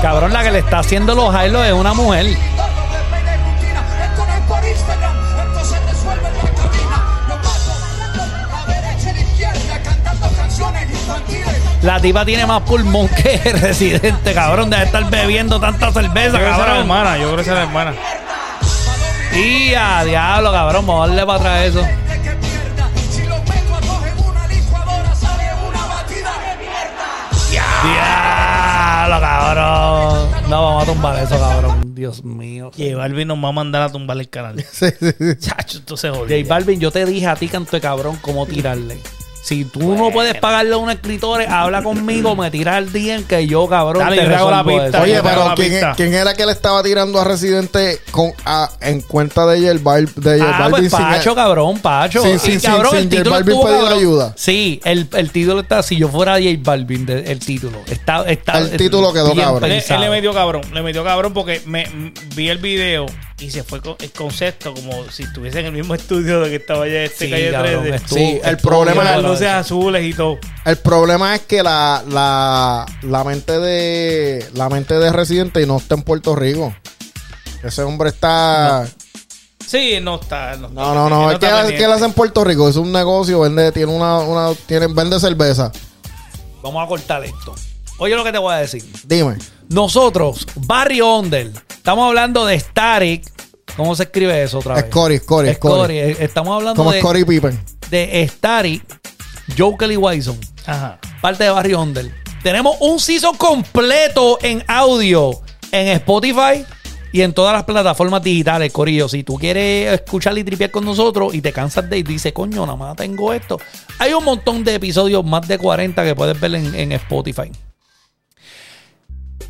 [SPEAKER 2] Cabrón, la que le está haciendo los hilos es una mujer.
[SPEAKER 8] Todo es media rutina, esto no es por Instagram, esto se resuelve en la cabina. Los pasos, la derecha y la izquierda, cantando canciones infantiles.
[SPEAKER 2] La tipa tiene más pulmón (laughs) que residente, cabrón. Deja de estar bebiendo tanta cerveza,
[SPEAKER 4] Yo creo que esa es la
[SPEAKER 2] cabrón.
[SPEAKER 4] hermana, yo creo que esa es la hermana.
[SPEAKER 2] Tía, diablo, cabrón. Vamos a darle para atrás eso.
[SPEAKER 8] De que pierda, si los meto a dos en una licuadora, sale una batida de mierda.
[SPEAKER 2] Diablo, cabrón. No, vamos a tumbar eso, cabrón. Dios mío.
[SPEAKER 4] Que Balvin nos va a mandar a tumbar el canal. (laughs)
[SPEAKER 3] Sí, sí, sí.
[SPEAKER 4] Chacho, esto se
[SPEAKER 2] J
[SPEAKER 4] jodió.
[SPEAKER 2] Balvin, yo te dije a ti, canto de cabrón, cómo tirarle. Si tú no puedes pagarle a un escritor, habla conmigo, me tira el día en que yo, cabrón,
[SPEAKER 4] Dale,
[SPEAKER 2] te
[SPEAKER 4] yo te hago la
[SPEAKER 2] resuelvo eso.
[SPEAKER 4] pista. Yo
[SPEAKER 3] Oye,
[SPEAKER 4] te hago
[SPEAKER 3] pero
[SPEAKER 4] la
[SPEAKER 3] ¿quién,
[SPEAKER 4] pista.
[SPEAKER 3] quién era que le estaba tirando a Residente con, a- en cuenta de J Bal- de J
[SPEAKER 2] Ah,
[SPEAKER 3] Balvin
[SPEAKER 2] pues
[SPEAKER 3] sin-
[SPEAKER 2] Pacho, cabrón, Pacho.
[SPEAKER 3] Sí,
[SPEAKER 2] Y,
[SPEAKER 3] sí, sí,
[SPEAKER 2] cabrón,
[SPEAKER 3] sin
[SPEAKER 2] el
[SPEAKER 3] J
[SPEAKER 2] título
[SPEAKER 3] Balvin
[SPEAKER 2] estuvo,
[SPEAKER 3] pedir
[SPEAKER 2] cabrón.
[SPEAKER 3] ayuda.
[SPEAKER 2] Sí, el, el título está, si yo fuera J Balvin, de- el título. Está, está
[SPEAKER 3] El título quedó
[SPEAKER 2] bien
[SPEAKER 3] cabrón.
[SPEAKER 4] Él, él
[SPEAKER 2] pensado.
[SPEAKER 4] le metió cabrón, le metió cabrón porque me, m- vi el video y se fue con el concepto como si estuviese en el mismo (laughs) estudio de que estaba ya este
[SPEAKER 2] Sí,
[SPEAKER 4] calle
[SPEAKER 2] cabrón,
[SPEAKER 4] 13.
[SPEAKER 2] estuvo-
[SPEAKER 3] Sí, el
[SPEAKER 2] estuvo
[SPEAKER 3] problema
[SPEAKER 2] bien
[SPEAKER 4] Las
[SPEAKER 3] es-
[SPEAKER 2] logrado
[SPEAKER 4] luces
[SPEAKER 2] eso.
[SPEAKER 4] azules y todo.
[SPEAKER 3] El problema es que la, la, la mente de la mente de Residente no está en Puerto Rico. Ese hombre está.
[SPEAKER 4] Sí, no está. No,
[SPEAKER 3] No, no, no. es que, él- que él hace en Puerto Rico. Es un negocio, vende, tiene una, una tiene, vende cerveza.
[SPEAKER 2] Vamos a cortar esto. Oye lo que te voy a decir.
[SPEAKER 3] Dime.
[SPEAKER 2] Nosotros, Barrio Ondel, estamos hablando de Static. ¿Cómo se escribe eso otra vez?
[SPEAKER 3] Scotty, Scotty,
[SPEAKER 2] Scotty.
[SPEAKER 3] Scotty.
[SPEAKER 2] Eh, Estamos hablando
[SPEAKER 3] Como
[SPEAKER 2] de,
[SPEAKER 3] Scotty Pippen.
[SPEAKER 2] de Static, Joe Kelly Wison,
[SPEAKER 4] Ajá.
[SPEAKER 2] parte de Barrio Ondel. Tenemos un season completo en audio en Spotify y en todas las plataformas digitales, Corillo. Si tú quieres escuchar y tripear con nosotros y te cansas de y dices, coño, nada más tengo esto. Hay un montón de episodios, más de 40 que puedes ver en- en Spotify.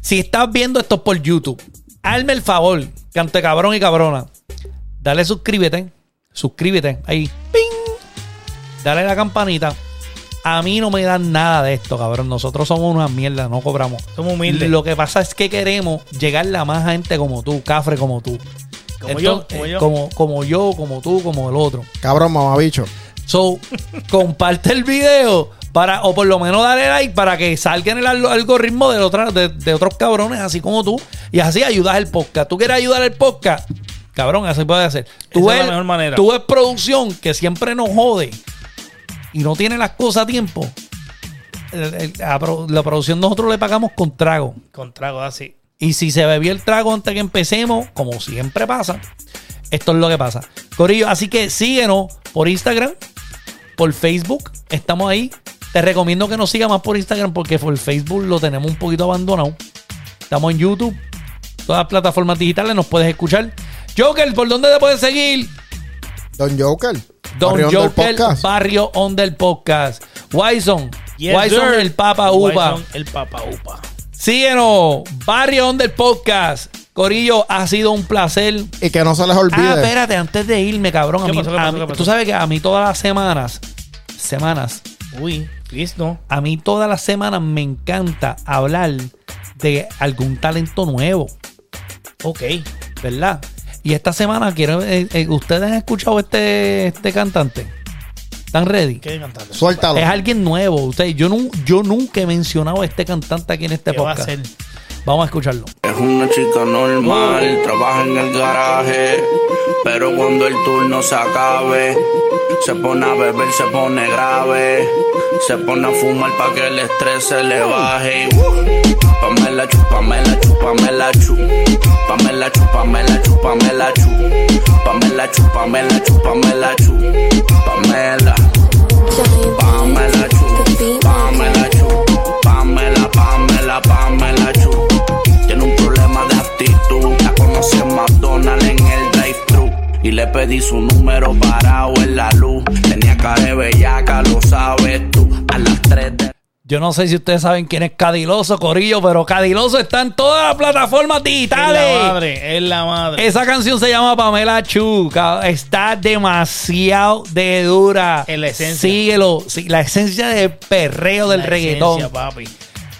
[SPEAKER 2] Si estás viendo esto por YouTube, hazme el favor, cante cabrón y cabrona. Dale suscríbete. Suscríbete. Ahí. ¡Ping! Dale la campanita. A mí no me dan nada de esto, cabrón. Nosotros somos una mierda, no cobramos.
[SPEAKER 4] Somos humildes.
[SPEAKER 2] Lo que pasa es que queremos llegarle a más gente como tú, cafre como tú.
[SPEAKER 4] Como yo,
[SPEAKER 2] Entonces,
[SPEAKER 4] como yo.
[SPEAKER 2] Como, como yo, como tú, como el otro.
[SPEAKER 3] Cabrón, mamabicho.
[SPEAKER 2] So, comparte el video para, o por lo menos dale like para que salga en el alg- algoritmo de, otra- de, de otros cabrones, así como tú. Y así ayudas el podcast. ¿Tú quieres ayudar al podcast? Cabrón, así puedes hacer. Tú
[SPEAKER 4] Esa es la
[SPEAKER 2] ves-
[SPEAKER 4] mejor manera.
[SPEAKER 2] Tú ves producción que siempre nos jode y no tiene las cosas a tiempo. El- el- la pro- la producción nosotros le pagamos con trago.
[SPEAKER 4] Con trago así.
[SPEAKER 2] Y si se bebió el trago antes que empecemos, como siempre pasa, esto es lo que pasa. Corillo, así que síguenos por Instagram, por Facebook, estamos ahí. Te recomiendo que nos siga más por Instagram porque por Facebook lo tenemos un poquito abandonado. Estamos en YouTube, todas las plataformas digitales nos puedes escuchar. Joker, ¿por dónde te pueden seguir?
[SPEAKER 3] Don Joker.
[SPEAKER 2] Don
[SPEAKER 3] Barrión del
[SPEAKER 2] Joker,
[SPEAKER 3] podcast.
[SPEAKER 2] Barrio On del Podcast. Wison,
[SPEAKER 4] Yes,
[SPEAKER 2] Wison
[SPEAKER 4] sir.
[SPEAKER 2] el Papa Upa.
[SPEAKER 4] Wison, El Papa Upa.
[SPEAKER 2] Síguenos, Barrio On del Podcast. Corillo, ha sido un placer.
[SPEAKER 3] Y que no se les olvide.
[SPEAKER 2] Ah, espérate, antes de irme, cabrón. A
[SPEAKER 4] ¿Qué
[SPEAKER 2] mí,
[SPEAKER 4] pasó, qué
[SPEAKER 2] a
[SPEAKER 4] pasó,
[SPEAKER 2] mí-
[SPEAKER 4] qué pasó?
[SPEAKER 2] Tú sabes que a mí todas las semanas, semanas,
[SPEAKER 4] Uy, listo.
[SPEAKER 2] a mí todas las semanas me encanta hablar de algún talento nuevo,
[SPEAKER 4] Ok.
[SPEAKER 2] ¿verdad? Y esta semana quiero, eh, eh, ustedes han escuchado este, este cantante. ¿Están ready?
[SPEAKER 4] ¿Qué cantante?
[SPEAKER 3] Suéltalo.
[SPEAKER 2] Es alguien nuevo. Ustedes, yo, nu- yo nunca he mencionado a este cantante aquí en este
[SPEAKER 4] ¿Qué va a
[SPEAKER 2] podcast.
[SPEAKER 4] hacer?
[SPEAKER 2] Vamos a escucharlo.
[SPEAKER 9] Es una chica normal, trabaja en el garaje, pero cuando el turno se acabe, se pone a beber, se pone grave, se pone a fumar pa' que el estrés se le baje. Y, uh, Pamela chu, Pamela chu, Pamela chu, Pamela chu, Pamela chu, Pamela chu, Pamela chu, Pamela chu, Pamela chu, Pamela, Pamela chu, Pamela chu, Pamela, Pamela, Pamela chu. Tiene un problema de actitud. La conocí en McDonald's en el drive-thru. Y le pedí su número parado en la luz. Tenía cara de bellaca, lo sabes tú. A las 3 de
[SPEAKER 2] Yo no sé si ustedes saben quién es Cadiloso, Corillo, pero Cadiloso está en todas las plataformas digitales.
[SPEAKER 4] Es la madre, es la madre.
[SPEAKER 2] Esa canción se llama Pamela Chuca. Está demasiado de dura.
[SPEAKER 4] Es la esencia.
[SPEAKER 2] Síguelo. Sí, la esencia del perreo del
[SPEAKER 4] La
[SPEAKER 2] reggaetón.
[SPEAKER 4] esencia, papi.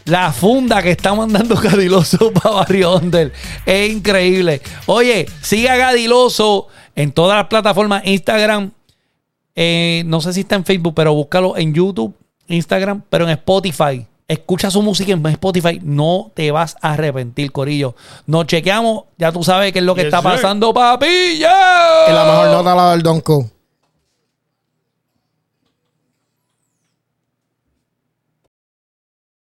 [SPEAKER 2] La funda que está mandando (laughs) Gadiloso para Barrio Onder. Es increíble. Oye, siga Gadiloso en todas las plataformas. Instagram. eh, no sé si está en Facebook, pero búscalo en YouTube, Instagram, pero en Spotify. Escucha su música en Spotify. No te vas a arrepentir, Corillo. Nos chequeamos. Ya tú sabes qué es lo que
[SPEAKER 4] Yes,
[SPEAKER 2] está
[SPEAKER 4] sir.
[SPEAKER 2] pasando, papilla.
[SPEAKER 3] Y la mejor nota la del Donko.